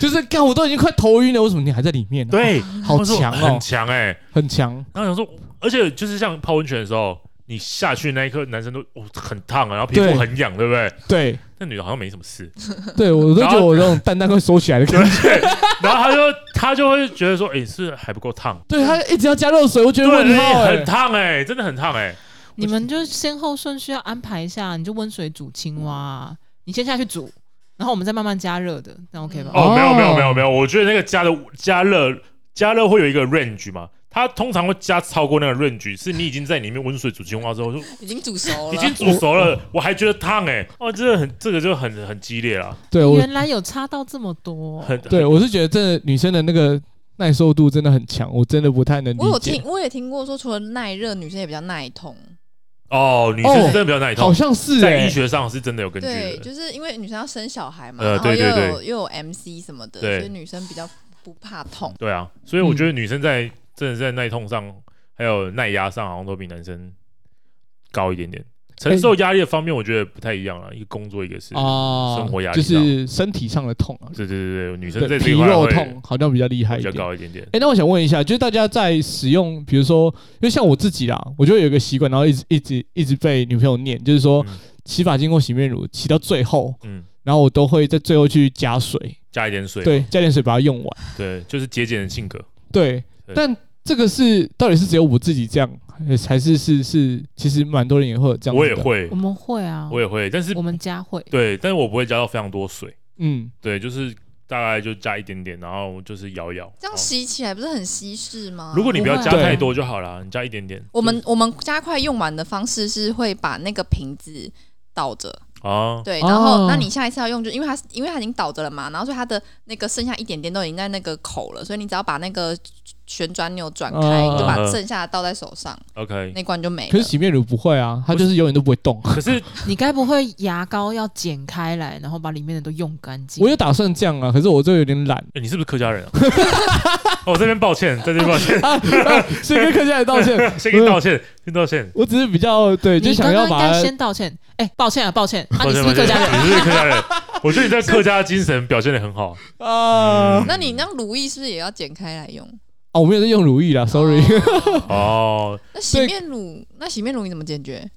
[SPEAKER 1] 就是看我都已经快头晕了，为什么你还在里面、呢？
[SPEAKER 2] 对，
[SPEAKER 1] 好强
[SPEAKER 2] 很
[SPEAKER 1] 哦，
[SPEAKER 2] 强哎、
[SPEAKER 1] 很强，
[SPEAKER 2] 然后想说，而且就是像泡温泉的时候，你下去那一刻，男生都哦很烫啊，然后皮
[SPEAKER 1] 对
[SPEAKER 2] 肤很痒，对不对？
[SPEAKER 1] 对
[SPEAKER 2] 那女的好像没什么事，
[SPEAKER 1] 对，我都觉
[SPEAKER 2] 然
[SPEAKER 1] 得
[SPEAKER 2] 后
[SPEAKER 1] 我这种蛋蛋快收起来的感觉。
[SPEAKER 2] 然后她就她就会觉得说，哎、是还不够烫，
[SPEAKER 1] 对他一直要加热水，我觉得
[SPEAKER 2] 对，
[SPEAKER 1] 问号
[SPEAKER 2] 哎
[SPEAKER 1] 哎、
[SPEAKER 2] 很烫哎、真的很烫哎、
[SPEAKER 4] 你们就先后顺序要啊安排一下，你就温水煮青蛙啊，你先下去煮，然后我们再慢慢加热的，那 OK 吧？
[SPEAKER 1] 哦
[SPEAKER 2] 哦，没有没有没有没有，我觉得那个加的加热加热会有一个 range 嘛，它通常会加超过那个 range，是你已经在里面温水煮青蛙之后，就
[SPEAKER 3] 已经煮熟了，
[SPEAKER 2] 已经煮熟了，我还觉得烫哎、哦，真的很这个就很很激烈了，
[SPEAKER 1] 对我
[SPEAKER 4] 原来有差到这么多，
[SPEAKER 2] 很
[SPEAKER 1] 对我是觉得真的女生的那个耐受度真的很强，我真的不太能
[SPEAKER 3] 我有
[SPEAKER 1] 理
[SPEAKER 3] 听
[SPEAKER 1] 解。，
[SPEAKER 3] 我也听过说，除了耐热，女生也比较耐痛。
[SPEAKER 2] 哦，女生
[SPEAKER 1] 哦
[SPEAKER 2] 是真的比较耐痛
[SPEAKER 1] 好。像是
[SPEAKER 2] 在
[SPEAKER 1] 哎、
[SPEAKER 2] 医学上是真的有根据
[SPEAKER 3] 对，
[SPEAKER 2] 的，
[SPEAKER 3] 就是因为女生要生小孩嘛，
[SPEAKER 2] 呃
[SPEAKER 3] 然后
[SPEAKER 2] 对
[SPEAKER 3] 又
[SPEAKER 2] 对
[SPEAKER 3] 有又有 MC 什么的，
[SPEAKER 2] 对
[SPEAKER 3] 所以女生比较不怕痛。
[SPEAKER 2] 对啊，所以我
[SPEAKER 1] 嗯
[SPEAKER 2] 觉得女生在、真的是在耐痛上，还有耐压上，好像都比男生高一点点。承受压力的方面，我觉得不太一样了，一个工作，一个是，
[SPEAKER 1] 哎啊，
[SPEAKER 2] 生活压力
[SPEAKER 1] 就是身体上的痛啊，
[SPEAKER 2] 对对对对，女生在
[SPEAKER 1] 对
[SPEAKER 2] 这
[SPEAKER 1] 皮
[SPEAKER 2] 一块
[SPEAKER 1] 肉
[SPEAKER 2] 会
[SPEAKER 1] 痛好像比较厉害
[SPEAKER 2] 比
[SPEAKER 1] 一
[SPEAKER 2] 较
[SPEAKER 1] 点。
[SPEAKER 2] 高一点点。
[SPEAKER 1] 哎、那我想问一下，就是大家在使用，比如说，因为像我自己啦，我就有一个习惯，然后一直一直一直被女朋友念，就是说
[SPEAKER 2] 嗯
[SPEAKER 1] 洗发精或洗面乳洗到最后，
[SPEAKER 2] 嗯，
[SPEAKER 1] 然后我都会在最后去加水，
[SPEAKER 2] 加一点水，
[SPEAKER 1] 对，加点水把它用完。
[SPEAKER 2] 对，就是节俭的性格。
[SPEAKER 1] 对，
[SPEAKER 2] 对
[SPEAKER 1] 但这个是到底是只有我自己这样，还还是是是，其实蛮多人也会有这样。
[SPEAKER 2] 我也，会
[SPEAKER 4] 我，们会啊，
[SPEAKER 2] 我也会，但是
[SPEAKER 4] 我们家会。
[SPEAKER 2] 对，但是我不会加到非常多水，
[SPEAKER 1] 嗯，
[SPEAKER 2] 对，就是大概就加一点点，然后就是摇一摇。
[SPEAKER 3] 这
[SPEAKER 2] 然
[SPEAKER 3] 样
[SPEAKER 2] 后
[SPEAKER 3] 洗起来不是很稀释吗？
[SPEAKER 2] 如果你不要加
[SPEAKER 1] 不会啊
[SPEAKER 2] 太多就好了，你加一点点。
[SPEAKER 3] 我们我们加快用完的方式是会把那个瓶子倒着，
[SPEAKER 2] 啊，
[SPEAKER 3] 对，
[SPEAKER 1] 哦
[SPEAKER 3] 然后、那你下一次要用就因为它因为它已经倒着了嘛，然后所以它的那个剩下一点点都已经在那个口了，所以你只要把那个旋转钮转开，
[SPEAKER 1] 嗯
[SPEAKER 3] 你就把
[SPEAKER 2] 嗯嗯
[SPEAKER 3] 剩下的倒在手上，
[SPEAKER 2] ，OK。
[SPEAKER 3] 那罐就没
[SPEAKER 1] 可
[SPEAKER 3] 了
[SPEAKER 1] 是。洗面乳不会啊，它就是永远都不会动。
[SPEAKER 2] 可是
[SPEAKER 4] 你该不会牙膏要剪开来，然后把里面的都用干净？
[SPEAKER 1] 我有打算这样啊，可是我就有点 懒，
[SPEAKER 2] 欸、你是不是客家人啊？我、哦、这边抱歉，在这边抱歉，
[SPEAKER 1] 啊所以跟客家人道歉。
[SPEAKER 2] 先给你道歉，先道歉。
[SPEAKER 1] 我只是比较对，就
[SPEAKER 4] 你
[SPEAKER 1] 想
[SPEAKER 4] 刚
[SPEAKER 1] 要
[SPEAKER 4] 刚应
[SPEAKER 1] 把
[SPEAKER 4] 该
[SPEAKER 1] 它
[SPEAKER 4] 先道歉。哎、抱歉啊，抱歉啊，
[SPEAKER 2] 抱
[SPEAKER 4] 你
[SPEAKER 2] 歉
[SPEAKER 4] 是不是客家人？
[SPEAKER 2] 人，你是不是客家人。我觉得你在客家精神表现的很好。
[SPEAKER 1] 啊
[SPEAKER 2] 嗯
[SPEAKER 3] 那你那如意是不是也要剪开来 用
[SPEAKER 1] 啊，我没有在用乳液啦，sorry。
[SPEAKER 3] 哦
[SPEAKER 2] 哦，
[SPEAKER 3] 那洗面乳，那洗面乳你怎么解决？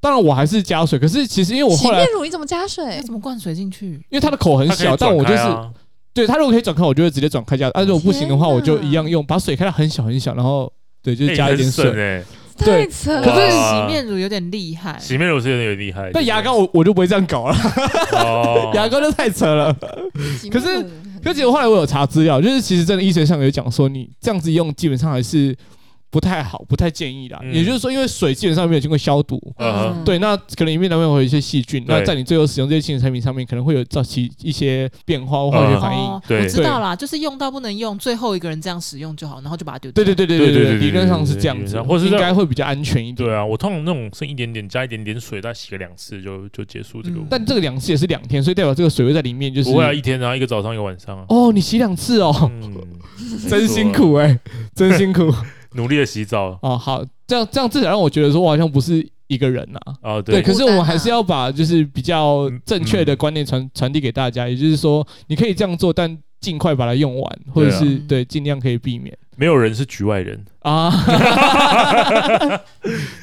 [SPEAKER 1] 当然我还是加水，可是其实因为我
[SPEAKER 3] 洗
[SPEAKER 1] 后来
[SPEAKER 3] 面，乳你怎么加
[SPEAKER 4] 那
[SPEAKER 3] 水？
[SPEAKER 4] 哎怎么灌水进去？
[SPEAKER 1] 因为它的口很
[SPEAKER 2] 他可以
[SPEAKER 1] 小，但我就
[SPEAKER 2] 转
[SPEAKER 1] 是
[SPEAKER 2] 开啊
[SPEAKER 1] 对它如果可以转开，我就会直接转开加。啊，如果不行的话，
[SPEAKER 3] 天哪
[SPEAKER 1] 我就一样用，把水开到很小很小，然后对，就
[SPEAKER 2] 欸
[SPEAKER 1] 是加一点
[SPEAKER 2] 你很
[SPEAKER 1] 水。
[SPEAKER 2] 省欸
[SPEAKER 1] 对
[SPEAKER 3] 太扯了！
[SPEAKER 2] 可是
[SPEAKER 4] 洗面乳有点厉害，
[SPEAKER 2] 洗面乳是有点厉害。
[SPEAKER 1] 但牙膏我我就不会这样搞了，
[SPEAKER 2] 哦
[SPEAKER 1] 牙膏就太扯了。
[SPEAKER 3] 洗
[SPEAKER 1] 可
[SPEAKER 3] 面
[SPEAKER 1] 是
[SPEAKER 3] 乳很
[SPEAKER 1] 可是后来我有查资料，就是其实真的医学上有讲说，你这样子用基本上还是不太好，不太建议啦。
[SPEAKER 2] 嗯
[SPEAKER 1] 也就是说，因为水基本上没有经过消毒，
[SPEAKER 2] 嗯
[SPEAKER 1] 对，那可能里面难免会有一些细菌，
[SPEAKER 2] 对
[SPEAKER 1] 那在你最后使用这些清洁产品上面，可能会有造成一些变化或化学反应。
[SPEAKER 4] 哦，
[SPEAKER 2] 对
[SPEAKER 4] 我知道啦，就是用到不能用，最后一个人这样使用就好，然后就把它丢掉。
[SPEAKER 1] 对对对对对
[SPEAKER 2] 对对
[SPEAKER 1] 对，
[SPEAKER 2] 对对
[SPEAKER 1] 理论上是这样
[SPEAKER 2] 理论
[SPEAKER 1] 子，
[SPEAKER 2] 上或是
[SPEAKER 1] 应
[SPEAKER 2] 在
[SPEAKER 1] 该会比较安全一点。
[SPEAKER 2] 对啊，我通常那种剩一点点，加一点点水，大概洗个两次就就结束这个
[SPEAKER 4] 嗯。
[SPEAKER 1] 但这个两次也是两天，所以代表这个水位在里面就是
[SPEAKER 2] 不会啊，一天啊，一个早上一个晚上啊。
[SPEAKER 1] 哦，你洗两次哦，
[SPEAKER 2] 嗯，
[SPEAKER 1] 真辛苦哎、真辛苦
[SPEAKER 2] 努力的洗澡
[SPEAKER 1] 哦。好，这样这样至少让我觉得说我好像不是一个人啊。
[SPEAKER 2] 啊，对
[SPEAKER 1] 对，，可是
[SPEAKER 3] 孤
[SPEAKER 1] 我
[SPEAKER 3] 单
[SPEAKER 1] 们
[SPEAKER 3] 啊
[SPEAKER 1] 还是要把就是比较
[SPEAKER 2] 嗯
[SPEAKER 1] 正确的观念传传递给大家，也就是说，你可以这样做，但尽快把它用完，或者
[SPEAKER 2] 对啊
[SPEAKER 1] 是
[SPEAKER 4] 嗯
[SPEAKER 1] 对尽量可以避免。
[SPEAKER 2] 没有人是局外人，
[SPEAKER 1] 啊，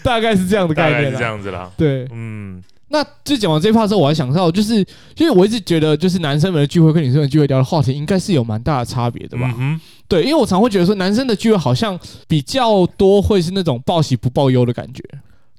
[SPEAKER 1] 大概是这样的
[SPEAKER 2] 大
[SPEAKER 1] 概念
[SPEAKER 2] 概是
[SPEAKER 1] 啦
[SPEAKER 2] 这样子啦。
[SPEAKER 1] 对，
[SPEAKER 2] 嗯，
[SPEAKER 1] 那就讲完这一 part 之后，我还想到，就是因为我一直觉得，就是男生们的聚会跟女生的聚会聊的话题，应该是有蛮大的差别的吧？
[SPEAKER 2] 嗯哼
[SPEAKER 1] 对，因为我常会觉得说，男生的聚会好像比较多会是那种报喜不报忧的感觉。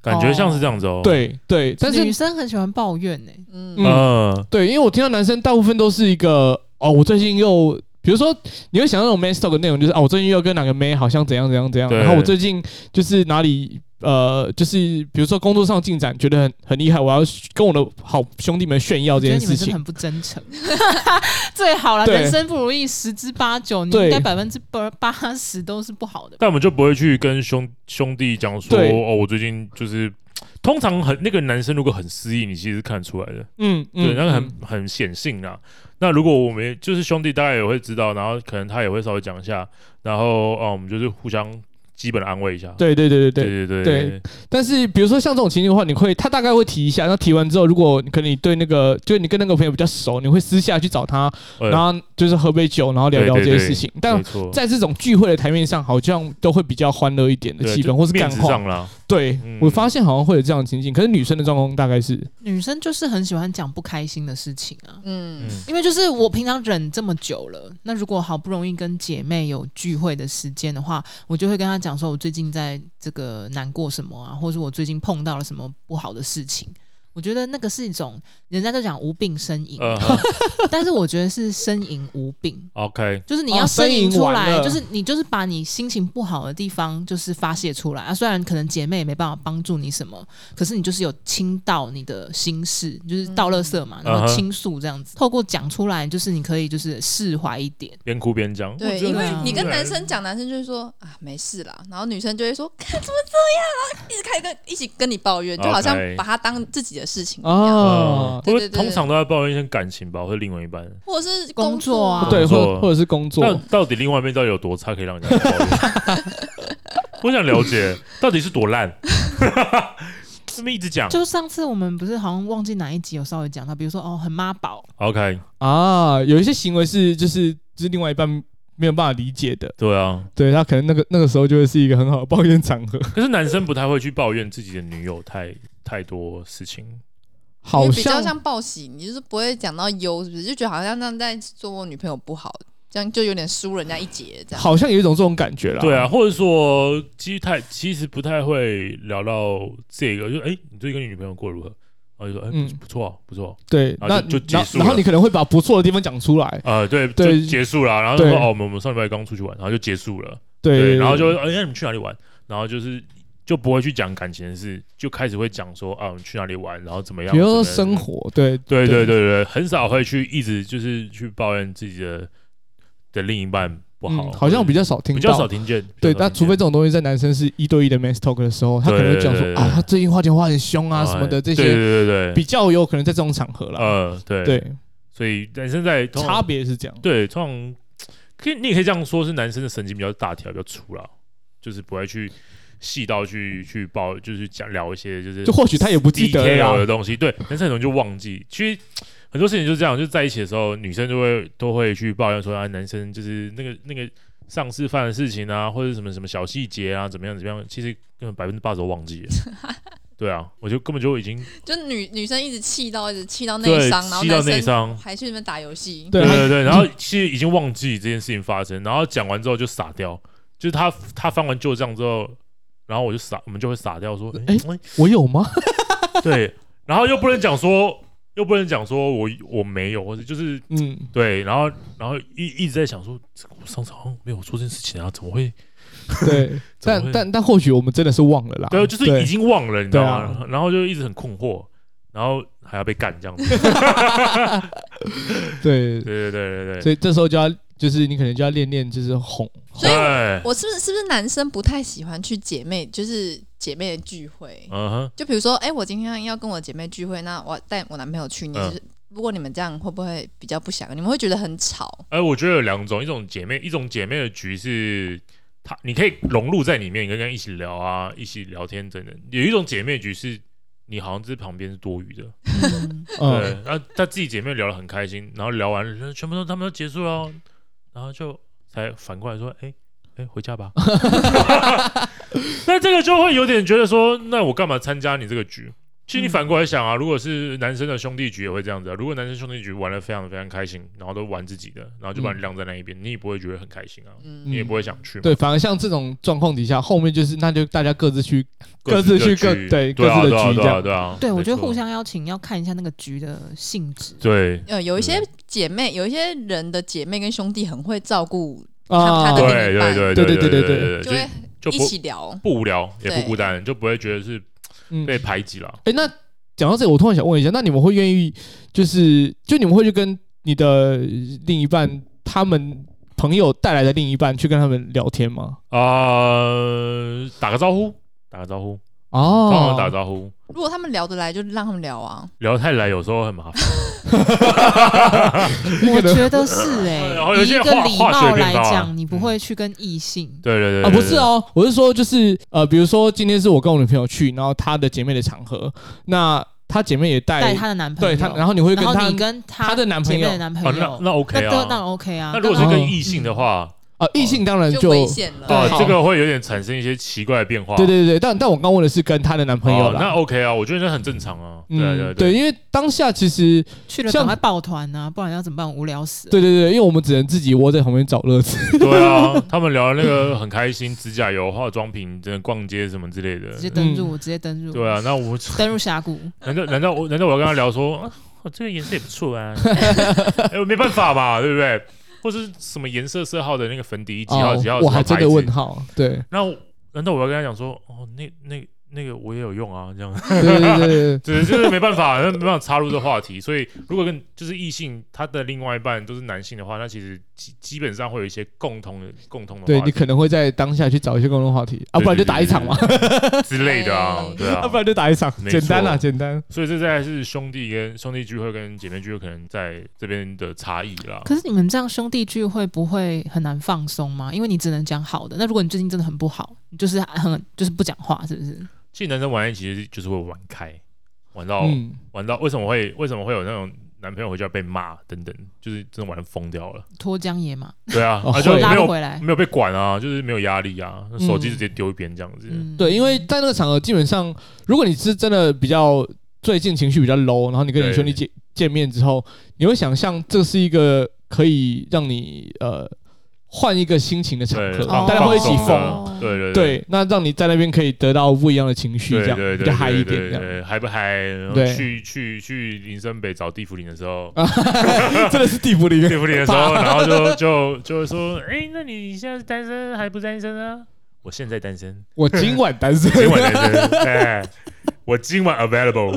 [SPEAKER 2] 感觉像是这样子哦。，
[SPEAKER 1] 对对，但
[SPEAKER 4] 女
[SPEAKER 1] 是
[SPEAKER 4] 生很喜欢抱怨欸呢、
[SPEAKER 3] 嗯
[SPEAKER 1] 嗯
[SPEAKER 2] 嗯，
[SPEAKER 1] 对，因为我听到男生大部分都是一个哦，我最近又。比如说，你会想到那种 man talk 的内容，就是啊，我最近又跟哪个 man 好像怎样怎样怎样，
[SPEAKER 2] 对
[SPEAKER 1] 然后我最近就是哪里呃，就是比如说工作上进展，觉得很很厉害，我要跟我的好兄弟们炫耀
[SPEAKER 4] 我
[SPEAKER 1] 这
[SPEAKER 4] 觉得
[SPEAKER 1] 件
[SPEAKER 4] 你们
[SPEAKER 1] 事
[SPEAKER 4] 真
[SPEAKER 1] 情
[SPEAKER 4] 的。很不真诚。 最好了，
[SPEAKER 1] 对
[SPEAKER 4] 人生不如意十之八九，你
[SPEAKER 1] 对
[SPEAKER 4] 应该百分之八八十都是不好的吧。
[SPEAKER 2] 但我们就不会去跟兄兄弟讲说，
[SPEAKER 1] 对
[SPEAKER 2] 哦，我最近就是，通常很那个男生如果很失意，你其实是看得出来的，
[SPEAKER 1] 嗯，
[SPEAKER 2] 对，
[SPEAKER 1] 嗯，
[SPEAKER 2] 那个很
[SPEAKER 1] 嗯
[SPEAKER 2] 很显性啊。那如果我们就是兄弟，大家也会知道，然后可能他也会稍微讲一下，然后哦，我们就是互相基本安慰一下。
[SPEAKER 1] 对对对对对。
[SPEAKER 2] 对对
[SPEAKER 1] 对但是比如说像这种情形的话，你会他大概会提一下，那提完之后，如果可能你对那个就是你跟那个朋友比较熟，你会私下去找他，
[SPEAKER 2] 呃
[SPEAKER 1] 然后就是喝杯酒，然后聊聊这
[SPEAKER 2] 对对
[SPEAKER 1] 些
[SPEAKER 2] 对
[SPEAKER 1] 事情。
[SPEAKER 2] 没
[SPEAKER 1] 但
[SPEAKER 2] 错，
[SPEAKER 1] 在这种聚会的台面上，好像都会比较欢乐一点的
[SPEAKER 2] 对
[SPEAKER 1] 气
[SPEAKER 2] 就
[SPEAKER 1] 氛，或是
[SPEAKER 2] 面
[SPEAKER 1] 干
[SPEAKER 2] 子
[SPEAKER 1] 话
[SPEAKER 2] 上。啦，
[SPEAKER 1] 对
[SPEAKER 2] 嗯
[SPEAKER 1] 我发现好像会有这样的情景，可是女生的状况大概是
[SPEAKER 4] 女生就是很喜欢讲不开心的事情啊，
[SPEAKER 3] 嗯
[SPEAKER 2] 嗯
[SPEAKER 4] 因为就是我平常忍这么久了，那如果好不容易跟姐妹有聚会的时间的话，我就会跟她讲说，我最近在这个难过什么啊，或是我最近碰到了什么不好的事情。我觉得那个是一种，人家就讲无病呻吟，
[SPEAKER 2] 呃 呵
[SPEAKER 4] 但是我觉得是呻吟无病，
[SPEAKER 2] ，OK，
[SPEAKER 4] 就是你
[SPEAKER 1] 哦
[SPEAKER 4] 要呻吟出
[SPEAKER 1] 呻吟完
[SPEAKER 4] 来，
[SPEAKER 1] 了
[SPEAKER 4] 就是你就是把你心情不好的地方就是发泄出来啊。虽然可能姐妹也没办法帮助你什么，可是你就是有倾倒你的心事，就是倒垃圾嘛，
[SPEAKER 2] 嗯
[SPEAKER 4] 然后倾诉这样子。透过讲出来，就是你可以就是释怀一点。
[SPEAKER 2] 边哭边讲。
[SPEAKER 3] 对，
[SPEAKER 2] 我觉得
[SPEAKER 3] 因为
[SPEAKER 4] 啊
[SPEAKER 3] 你跟
[SPEAKER 2] 对
[SPEAKER 3] 男生讲，男生就会说啊没事啦，然后女生就会说 看怎么这样啊，一直开跟一起跟你抱怨，就好像
[SPEAKER 2] OK
[SPEAKER 3] 把它当自己的事情一样，
[SPEAKER 1] 啊，
[SPEAKER 2] 嗯因
[SPEAKER 3] 对
[SPEAKER 2] 为
[SPEAKER 3] 对对
[SPEAKER 2] 通常都在抱怨一些感情吧，或者另外一半。
[SPEAKER 3] 或者是
[SPEAKER 4] 工作
[SPEAKER 3] 作
[SPEAKER 4] 啊
[SPEAKER 1] 对，
[SPEAKER 2] 嗯工
[SPEAKER 1] 或
[SPEAKER 2] 作
[SPEAKER 1] 或者是工
[SPEAKER 2] 那
[SPEAKER 1] 作，
[SPEAKER 2] 到底另外一边到底有多差，可以让人家 抱怨？我想了解到底是多烂， 这么一直讲。
[SPEAKER 4] 就上次我们不是好像忘记哪一集有稍微讲到，比如说哦，很妈宝，
[SPEAKER 2] OK，
[SPEAKER 1] 啊，有一些行为是就是就是另外一半没有办法理解的，
[SPEAKER 2] 对啊，
[SPEAKER 1] 对他可能那个那个时候就会是一个很好的抱怨场合，
[SPEAKER 2] 可是男生不太会去抱怨自己的女友太太多事情，
[SPEAKER 1] 啊好
[SPEAKER 3] 比较
[SPEAKER 1] 像
[SPEAKER 3] 像报喜，你就是不会讲到忧，是不是？就觉得好像那在说我女朋友不好，这样就有点输人家一截，这样。
[SPEAKER 1] 好像有一种这种感觉啦。
[SPEAKER 2] 对啊，，或者说其实太其实不太会聊到这个，就哎、诶你最近跟你女朋友过得如何？然后就说哎、
[SPEAKER 1] 嗯
[SPEAKER 2] 不不错啊，不错
[SPEAKER 1] 对，
[SPEAKER 2] 然后
[SPEAKER 1] 那
[SPEAKER 2] 就就
[SPEAKER 1] 然
[SPEAKER 2] 结
[SPEAKER 1] 后
[SPEAKER 2] 束了
[SPEAKER 1] 然后你可能会把不错的地方讲出来，
[SPEAKER 2] 啊，呃，对，
[SPEAKER 1] 对
[SPEAKER 2] 就结束了。然后就说
[SPEAKER 1] 对
[SPEAKER 2] 哦，我们我们上礼拜刚出去玩，然后就结束了。
[SPEAKER 1] 对，
[SPEAKER 2] 然后就哎、那你们去哪里玩？然后就是就不会去讲感情的事，就开始会讲说啊，我们去哪里玩，然后怎么样，
[SPEAKER 1] 比如说
[SPEAKER 2] 怎么
[SPEAKER 1] 生
[SPEAKER 2] 样。
[SPEAKER 1] 活，对
[SPEAKER 2] 对对对对，很少会去一直就是去抱怨自己的的另一半不好，
[SPEAKER 1] 嗯，好像比较少听
[SPEAKER 2] 比
[SPEAKER 1] 到，
[SPEAKER 2] 较少听见。
[SPEAKER 1] 对，
[SPEAKER 2] 比
[SPEAKER 1] 那
[SPEAKER 2] 较少
[SPEAKER 1] 除
[SPEAKER 2] 听
[SPEAKER 1] 非
[SPEAKER 2] 见
[SPEAKER 1] 这种东西在男生是一对一的 man talk 的时候，他可能会讲说
[SPEAKER 2] 对对对对哦
[SPEAKER 1] 啊，他最近花钱花很凶啊什么的，这
[SPEAKER 2] 哎对
[SPEAKER 1] 些
[SPEAKER 2] 对对对，
[SPEAKER 1] 比较有可能在这种场合啦。
[SPEAKER 2] 呃对，
[SPEAKER 1] 对，
[SPEAKER 2] 所以男生在通常
[SPEAKER 1] 差别是这样。
[SPEAKER 2] 对通常可以你也可以这样说，是男生的神经比较大条，比较粗啦，就是不会去细到去去抱，就是讲聊一些就是
[SPEAKER 1] 就或许他也不记得
[SPEAKER 2] detail
[SPEAKER 1] 啦
[SPEAKER 2] 的，东西，对，男生很容易就忘记。其实很多事情就是这样，就在一起的时候，女生就会都会去抱怨说啊，男生就是那个那个上次犯的事情啊，或者什么什么小细节啊，怎么样怎么样，其实根本百分之八十都忘记了。对啊，我就根本就已经
[SPEAKER 3] 就女女生一直气到一直气到内
[SPEAKER 2] 对
[SPEAKER 3] 伤，然后
[SPEAKER 2] 气到
[SPEAKER 3] 男
[SPEAKER 2] 内
[SPEAKER 3] 生
[SPEAKER 2] 伤。
[SPEAKER 3] 还去那边打游戏。
[SPEAKER 1] 对
[SPEAKER 2] 对
[SPEAKER 1] 他
[SPEAKER 2] 对对，然后其实已经忘记这件事情发生，然后讲完之后就傻掉，就是他他翻完旧账之后，然后我就傻，我们就会傻掉说，哎、
[SPEAKER 1] 我有 吗？
[SPEAKER 2] 哎对，然后又不能讲说，又不能讲说我我没有，或者就是
[SPEAKER 1] 嗯，
[SPEAKER 2] 对，然后然后一一直在想说，这个我上次好像没有做这件事情啊，怎么会？
[SPEAKER 1] 对，
[SPEAKER 2] 怎么
[SPEAKER 1] 但
[SPEAKER 2] 会
[SPEAKER 1] 但但或许我们真的是忘了啦。
[SPEAKER 2] 对，啊就是已经忘了，你知道吗？
[SPEAKER 1] 啊对啊
[SPEAKER 2] 然后就一直很困惑，然后还要被干这样子，
[SPEAKER 1] 对，对
[SPEAKER 2] 对对对对对，
[SPEAKER 1] 所以这时候就要就是你可能就要练练，就是哄。
[SPEAKER 3] 所以
[SPEAKER 2] 对，
[SPEAKER 3] 我是不是是不是男生不太喜欢去姐妹，就是姐妹的聚会？
[SPEAKER 2] 嗯哼，
[SPEAKER 3] 就比如说，哎、我今天要跟我姐妹聚会，那我带我男朋友去，你、
[SPEAKER 2] 嗯
[SPEAKER 3] 就是如果你们这样会不会比较不想？你们会觉得很吵？
[SPEAKER 2] 哎、我觉得有两种，一种姐妹，一种姐妹的局是她，你可以融入在里面，你可以跟她一起聊啊，一起聊天等等。有一种姐妹局是你好像在旁边是多余的，
[SPEAKER 4] 嗯，
[SPEAKER 1] 嗯，
[SPEAKER 2] 对，那她自己姐妹聊得很开心，然后聊完全部都他们都结束了哦，然后就才反过来说，哎、哎、哎、回家吧。那这个就会有点觉得说，那我干嘛参加你这个局？其实你反过来想啊，如果是男生的兄弟局也会这样子啊。如果男生兄弟局玩的非常非常开心，然后都玩自己的，然后就把你晾在那一边，你也不会觉得很开心啊，
[SPEAKER 3] 嗯
[SPEAKER 2] 你也不会想去嘛。
[SPEAKER 1] 对，反而像这种状况底下，后面就是那就大家各自去各自去各
[SPEAKER 2] 局
[SPEAKER 1] 对
[SPEAKER 2] 对啊
[SPEAKER 1] 各自的
[SPEAKER 2] 对啊
[SPEAKER 1] 局
[SPEAKER 2] 对
[SPEAKER 1] 这
[SPEAKER 2] 啊
[SPEAKER 1] 样
[SPEAKER 2] 对啊。
[SPEAKER 4] 对，我
[SPEAKER 2] 没
[SPEAKER 4] 觉得
[SPEAKER 2] 错
[SPEAKER 4] 互相邀请要看一下那个局的性质。
[SPEAKER 2] 对
[SPEAKER 3] 呃，有一些姐妹，有一些人的姐妹跟兄弟很会照顾，
[SPEAKER 1] 啊
[SPEAKER 3] 他
[SPEAKER 2] 对
[SPEAKER 1] 对
[SPEAKER 2] 对对
[SPEAKER 3] 的
[SPEAKER 1] 对
[SPEAKER 2] 对
[SPEAKER 1] 对对
[SPEAKER 2] 对
[SPEAKER 3] 就会
[SPEAKER 2] 就
[SPEAKER 3] 一
[SPEAKER 2] 不
[SPEAKER 3] 起聊。
[SPEAKER 2] 不无聊，也不
[SPEAKER 3] 对
[SPEAKER 2] 孤单，就不会觉得是
[SPEAKER 1] 嗯，
[SPEAKER 2] 被排挤了。
[SPEAKER 1] 哎，那讲到这里，我突然想问一下，那你们会愿意就是就你们会去跟你的另一半他们朋友带来的另一半去跟他们聊天吗？
[SPEAKER 2] 呃，打个招呼，打个招呼，帮
[SPEAKER 1] 哦
[SPEAKER 2] 忙，打招呼。
[SPEAKER 3] 如果他们聊得来，就让他们聊啊。
[SPEAKER 2] 聊太来有时候很麻烦，
[SPEAKER 4] 我觉得是哎、
[SPEAKER 2] 然后有
[SPEAKER 4] 以
[SPEAKER 2] 些
[SPEAKER 4] 一
[SPEAKER 2] 人
[SPEAKER 4] 个
[SPEAKER 2] 化
[SPEAKER 4] 礼
[SPEAKER 2] 化学
[SPEAKER 4] 貌
[SPEAKER 2] 变
[SPEAKER 4] 来
[SPEAKER 2] 高啊
[SPEAKER 4] 讲，你不会去跟异性。
[SPEAKER 2] 对对对
[SPEAKER 1] 啊，
[SPEAKER 2] 对
[SPEAKER 1] 不是哦，我是说，就是呃，比如说今天是我跟我女朋友去，然后她的姐妹的场合，那她姐妹也带
[SPEAKER 4] 带她的男朋友，
[SPEAKER 1] 哎对她，然后你会跟
[SPEAKER 4] 然后
[SPEAKER 1] 她
[SPEAKER 4] 你跟
[SPEAKER 1] 她的男朋
[SPEAKER 4] 姐
[SPEAKER 1] 友
[SPEAKER 4] 妹的男朋
[SPEAKER 2] 对
[SPEAKER 4] 友，
[SPEAKER 2] 哦，那那 OK
[SPEAKER 4] 那当然
[SPEAKER 2] 啊。
[SPEAKER 4] OK 啊。
[SPEAKER 2] 那如果是
[SPEAKER 4] 当
[SPEAKER 1] 哦
[SPEAKER 4] 然
[SPEAKER 2] 跟异性的话，
[SPEAKER 1] 呃异性，当然
[SPEAKER 3] 就
[SPEAKER 1] 就
[SPEAKER 3] 危险了。
[SPEAKER 1] 对
[SPEAKER 2] 啊，
[SPEAKER 1] 好
[SPEAKER 2] 这个会有点产生一些奇怪的变化。
[SPEAKER 1] 对对对对，但但我刚问的是跟她的男朋友
[SPEAKER 2] 哦，那
[SPEAKER 1] 啦，
[SPEAKER 2] OK 啊，我觉得这很正常啊。对
[SPEAKER 1] 嗯，
[SPEAKER 2] 对对
[SPEAKER 1] 对，因为当下其实
[SPEAKER 4] 去了
[SPEAKER 1] 像
[SPEAKER 4] 赶快抱团啊，不然要怎么办？无聊死了。
[SPEAKER 1] 对对对，因为我们只能自己窝在旁边找乐子，
[SPEAKER 2] 对啊， 他们聊那个很开心，指甲油、化妆品、真的逛街什么之类的
[SPEAKER 4] 直。接登入，
[SPEAKER 1] 嗯
[SPEAKER 4] 直接登入，
[SPEAKER 2] 对啊，那我
[SPEAKER 4] 登入峡谷。
[SPEAKER 2] 难道难道我难道我要跟他聊说，啊，我这个颜色也不错啊，哎，我没办法嘛，对不对？或是什么颜色色号的那个粉底几号
[SPEAKER 1] 哦
[SPEAKER 2] 几号？
[SPEAKER 1] 我
[SPEAKER 2] 什么
[SPEAKER 1] 还真
[SPEAKER 2] 牌
[SPEAKER 1] 的
[SPEAKER 2] 子
[SPEAKER 1] 问号， 对
[SPEAKER 2] 那我难道我要跟他讲说，哦，那那那个我也有用啊，这样，
[SPEAKER 1] 对对对对对，
[SPEAKER 2] 对，就是没办法，那没办法插入这话题。所以如果跟就是异性，他的另外一半都是男性的话，那其实基基本上会有一些共同的共同的
[SPEAKER 1] 对
[SPEAKER 2] 话
[SPEAKER 1] 你
[SPEAKER 2] 题
[SPEAKER 1] 可能会在当下去找一些共同话题啊，不然就打一场嘛，
[SPEAKER 2] 之类的啊，
[SPEAKER 3] 哎
[SPEAKER 2] 对啊
[SPEAKER 1] 啊，不。然就打一场，
[SPEAKER 2] 没错
[SPEAKER 1] 简单啦，简单，
[SPEAKER 2] 所以这在是兄弟跟兄弟聚会跟姐妹聚会可能在这边的差异啦。
[SPEAKER 4] 可是你们这样兄弟聚会不会很难放松吗？因为你只能讲好的。那如果你最近真的很不好，你就是很就是不讲话，是不是？
[SPEAKER 2] 其实男生玩在一起就是会玩开，玩到、
[SPEAKER 1] 嗯，
[SPEAKER 2] 玩到为什么会为什么会有那种男朋友回家被骂等等，就是真的玩疯掉了。
[SPEAKER 4] 脱缰野马，
[SPEAKER 2] 对啊，
[SPEAKER 1] 哦
[SPEAKER 2] 啊就
[SPEAKER 1] 会
[SPEAKER 4] 拉
[SPEAKER 2] 没有
[SPEAKER 4] 不回来。
[SPEAKER 2] 没有被管啊，就是没有压力啊，
[SPEAKER 1] 嗯
[SPEAKER 2] 手机直接丢一边这样子。
[SPEAKER 4] 嗯，
[SPEAKER 1] 对，因为在那个场合，基本上如果你是真的比较最近情绪比较 low，然后你跟你兄弟见见面之后，你会想象这是一个可以让你呃换一个心情的场
[SPEAKER 2] 对
[SPEAKER 1] 合，
[SPEAKER 4] 放
[SPEAKER 1] 大家会一起
[SPEAKER 4] 放松
[SPEAKER 1] 疯，
[SPEAKER 4] 的
[SPEAKER 2] 啊对对
[SPEAKER 1] 对，那让你在那边可以得到不一样的情绪，
[SPEAKER 2] 对
[SPEAKER 1] 这样
[SPEAKER 2] 对对
[SPEAKER 1] 比较嗨一点，
[SPEAKER 2] 对
[SPEAKER 1] 这
[SPEAKER 2] 对
[SPEAKER 1] 样
[SPEAKER 2] 对嗨不嗨？然后
[SPEAKER 1] 对
[SPEAKER 2] 去去去林森北找地府林的 时候，
[SPEAKER 1] 真的是地府里面
[SPEAKER 2] 地府林的时候，然后就就就会说，哎，那你现在是单身还不单身啊？我现在单身，
[SPEAKER 1] 我今晚单身，
[SPEAKER 2] 今晚单身，哎，我今晚 available，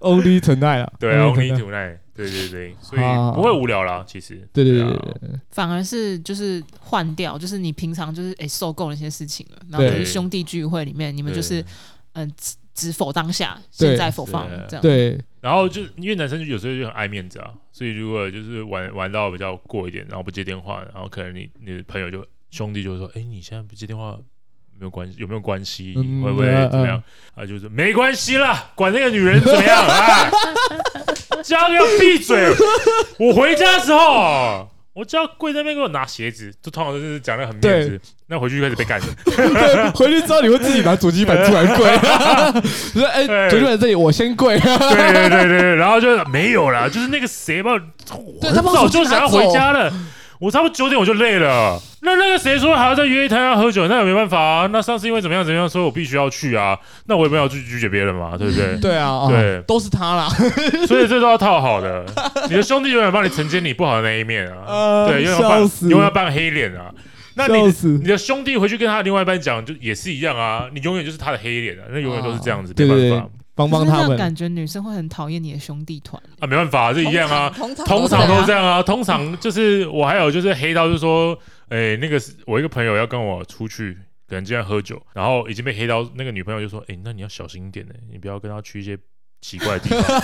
[SPEAKER 1] only tonight 啊，
[SPEAKER 2] 对啊
[SPEAKER 1] only
[SPEAKER 2] ，only
[SPEAKER 1] tonight
[SPEAKER 2] tonight，对对对，所以
[SPEAKER 1] 啊
[SPEAKER 2] 不会无聊啦，其实。
[SPEAKER 1] 对对对
[SPEAKER 2] 对
[SPEAKER 1] 对
[SPEAKER 2] 啊
[SPEAKER 1] 对对，
[SPEAKER 4] 反而是就是换掉，就是你平常就是诶受够了一些事情了，然后
[SPEAKER 1] 对
[SPEAKER 4] 可是兄弟聚会里面，你们就是嗯、只只否当下，
[SPEAKER 1] 对
[SPEAKER 4] 现在否放
[SPEAKER 2] 是
[SPEAKER 4] 这样。
[SPEAKER 1] 对
[SPEAKER 2] 然后就因为男生有时候就很爱面子啊，所以如果就是玩玩到比较过一点，然后不接电话，然后可能你你的朋友就兄弟就会说，哎、你现在不接电话没有关系，有没有关系？
[SPEAKER 1] 嗯
[SPEAKER 2] 会不会
[SPEAKER 1] 嗯
[SPEAKER 2] 怎么样？啊，就是没关系啦，管那个女人怎么样啊？叫要闭嘴！我回家的时候，我叫跪在那边给我拿鞋子，就通常就是讲的很面子，那回去就开始被干。
[SPEAKER 1] 对，回去之后你会自己拿主机板出来跪，你 说哎，
[SPEAKER 2] 对
[SPEAKER 1] 主机板这里我先跪，
[SPEAKER 2] 对对对对对，然后就没有啦，就是那个谁吧，我
[SPEAKER 1] 对
[SPEAKER 2] 很
[SPEAKER 1] 他把我
[SPEAKER 2] 早
[SPEAKER 1] 手机
[SPEAKER 2] 就
[SPEAKER 1] 拿
[SPEAKER 2] 想要回家了。我差不多九点我就累了，那那个谁说还要再约一摊要喝酒，那也没办法啊。那上次因为怎么样怎么样，所以我必须要去啊，那我也没有去拒绝别人嘛，对不对？
[SPEAKER 1] 对啊，啊
[SPEAKER 2] 对
[SPEAKER 1] 都是他啦，
[SPEAKER 2] 所以这都要套好的，你的兄弟永远帮你承接你不好的那一面啊，
[SPEAKER 1] 呃
[SPEAKER 2] 对，永远
[SPEAKER 1] 笑
[SPEAKER 2] 扮
[SPEAKER 1] 死
[SPEAKER 2] 永远要扮黑脸啊。那你
[SPEAKER 1] 笑死
[SPEAKER 2] 你的兄弟回去跟他另外一半讲，就也是一样啊，你永远就是他的黑脸啊，那永远都是这样子，
[SPEAKER 1] 对
[SPEAKER 2] 没
[SPEAKER 1] 对对
[SPEAKER 2] 办法，
[SPEAKER 1] 帮帮
[SPEAKER 4] 可是
[SPEAKER 1] 他
[SPEAKER 4] 这样
[SPEAKER 1] 们，
[SPEAKER 4] 感觉女生会很讨厌你的兄弟团。
[SPEAKER 2] 啊，没办法，是一样啊。
[SPEAKER 3] 通 常
[SPEAKER 2] 通
[SPEAKER 3] 通
[SPEAKER 2] 常
[SPEAKER 3] 常
[SPEAKER 2] 都
[SPEAKER 3] 都
[SPEAKER 2] 是这样啊，通常就是我还有就是黑到就是说，哎、那个是我一个朋友要跟我出去，可能今天喝酒，然后已经被黑到，那个女朋友就说，哎、那你要小心一点呢、你不要跟他去一些奇怪的地 方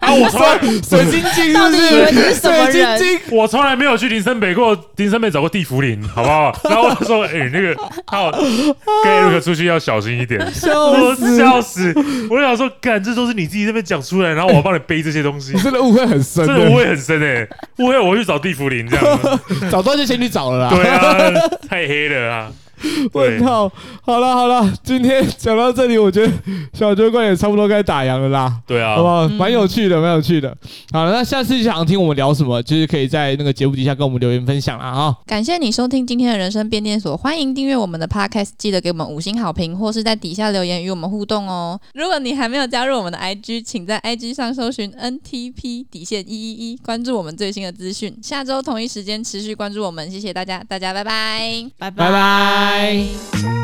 [SPEAKER 2] 啊！我从来
[SPEAKER 1] 水晶镜
[SPEAKER 4] 到
[SPEAKER 1] 是
[SPEAKER 4] 底
[SPEAKER 1] 不
[SPEAKER 4] 以为
[SPEAKER 1] 是？
[SPEAKER 4] 你是什么
[SPEAKER 1] 水晶
[SPEAKER 4] 人？
[SPEAKER 1] 镜
[SPEAKER 2] 我从来没有去林森北过，林森北找过地福林，好不好？然后我就说，哎、那个他跟 Eric 出去要小心一点。
[SPEAKER 1] 笑
[SPEAKER 2] 我
[SPEAKER 1] 死！
[SPEAKER 2] 笑死！我就想说，干，这都是你自己这边讲出来，然后我要帮你背这些东 西
[SPEAKER 1] 你，真的误会很深哦
[SPEAKER 2] 真
[SPEAKER 1] 的，
[SPEAKER 2] 的误会很深哎、误会我去找地福林这样，
[SPEAKER 1] 早知道就先去找了啦。
[SPEAKER 2] 对啊，太黑了啊！对
[SPEAKER 1] 问，号，好了好了，今天讲到这里，我觉得小酒馆也差不多该打烊了啦。
[SPEAKER 2] 对啊
[SPEAKER 1] 好不，好？蛮有趣的，蛮有趣的。好，那下次想听我们聊什么，就是可以在那个节目底下跟我们留言分享啦啊。
[SPEAKER 3] 感谢你收听今天的人生变电所，欢迎订阅我们的 Podcast，记得给我们五星好评，或是在底下留言与我们互动哦。如果你还没有加入我们的 IG，请在 IG 上搜寻 NTP 底线一一一，关注我们最新的资讯。下周同一时间持续关注我们，谢谢大家，大家拜拜。
[SPEAKER 4] 拜
[SPEAKER 1] 拜拜。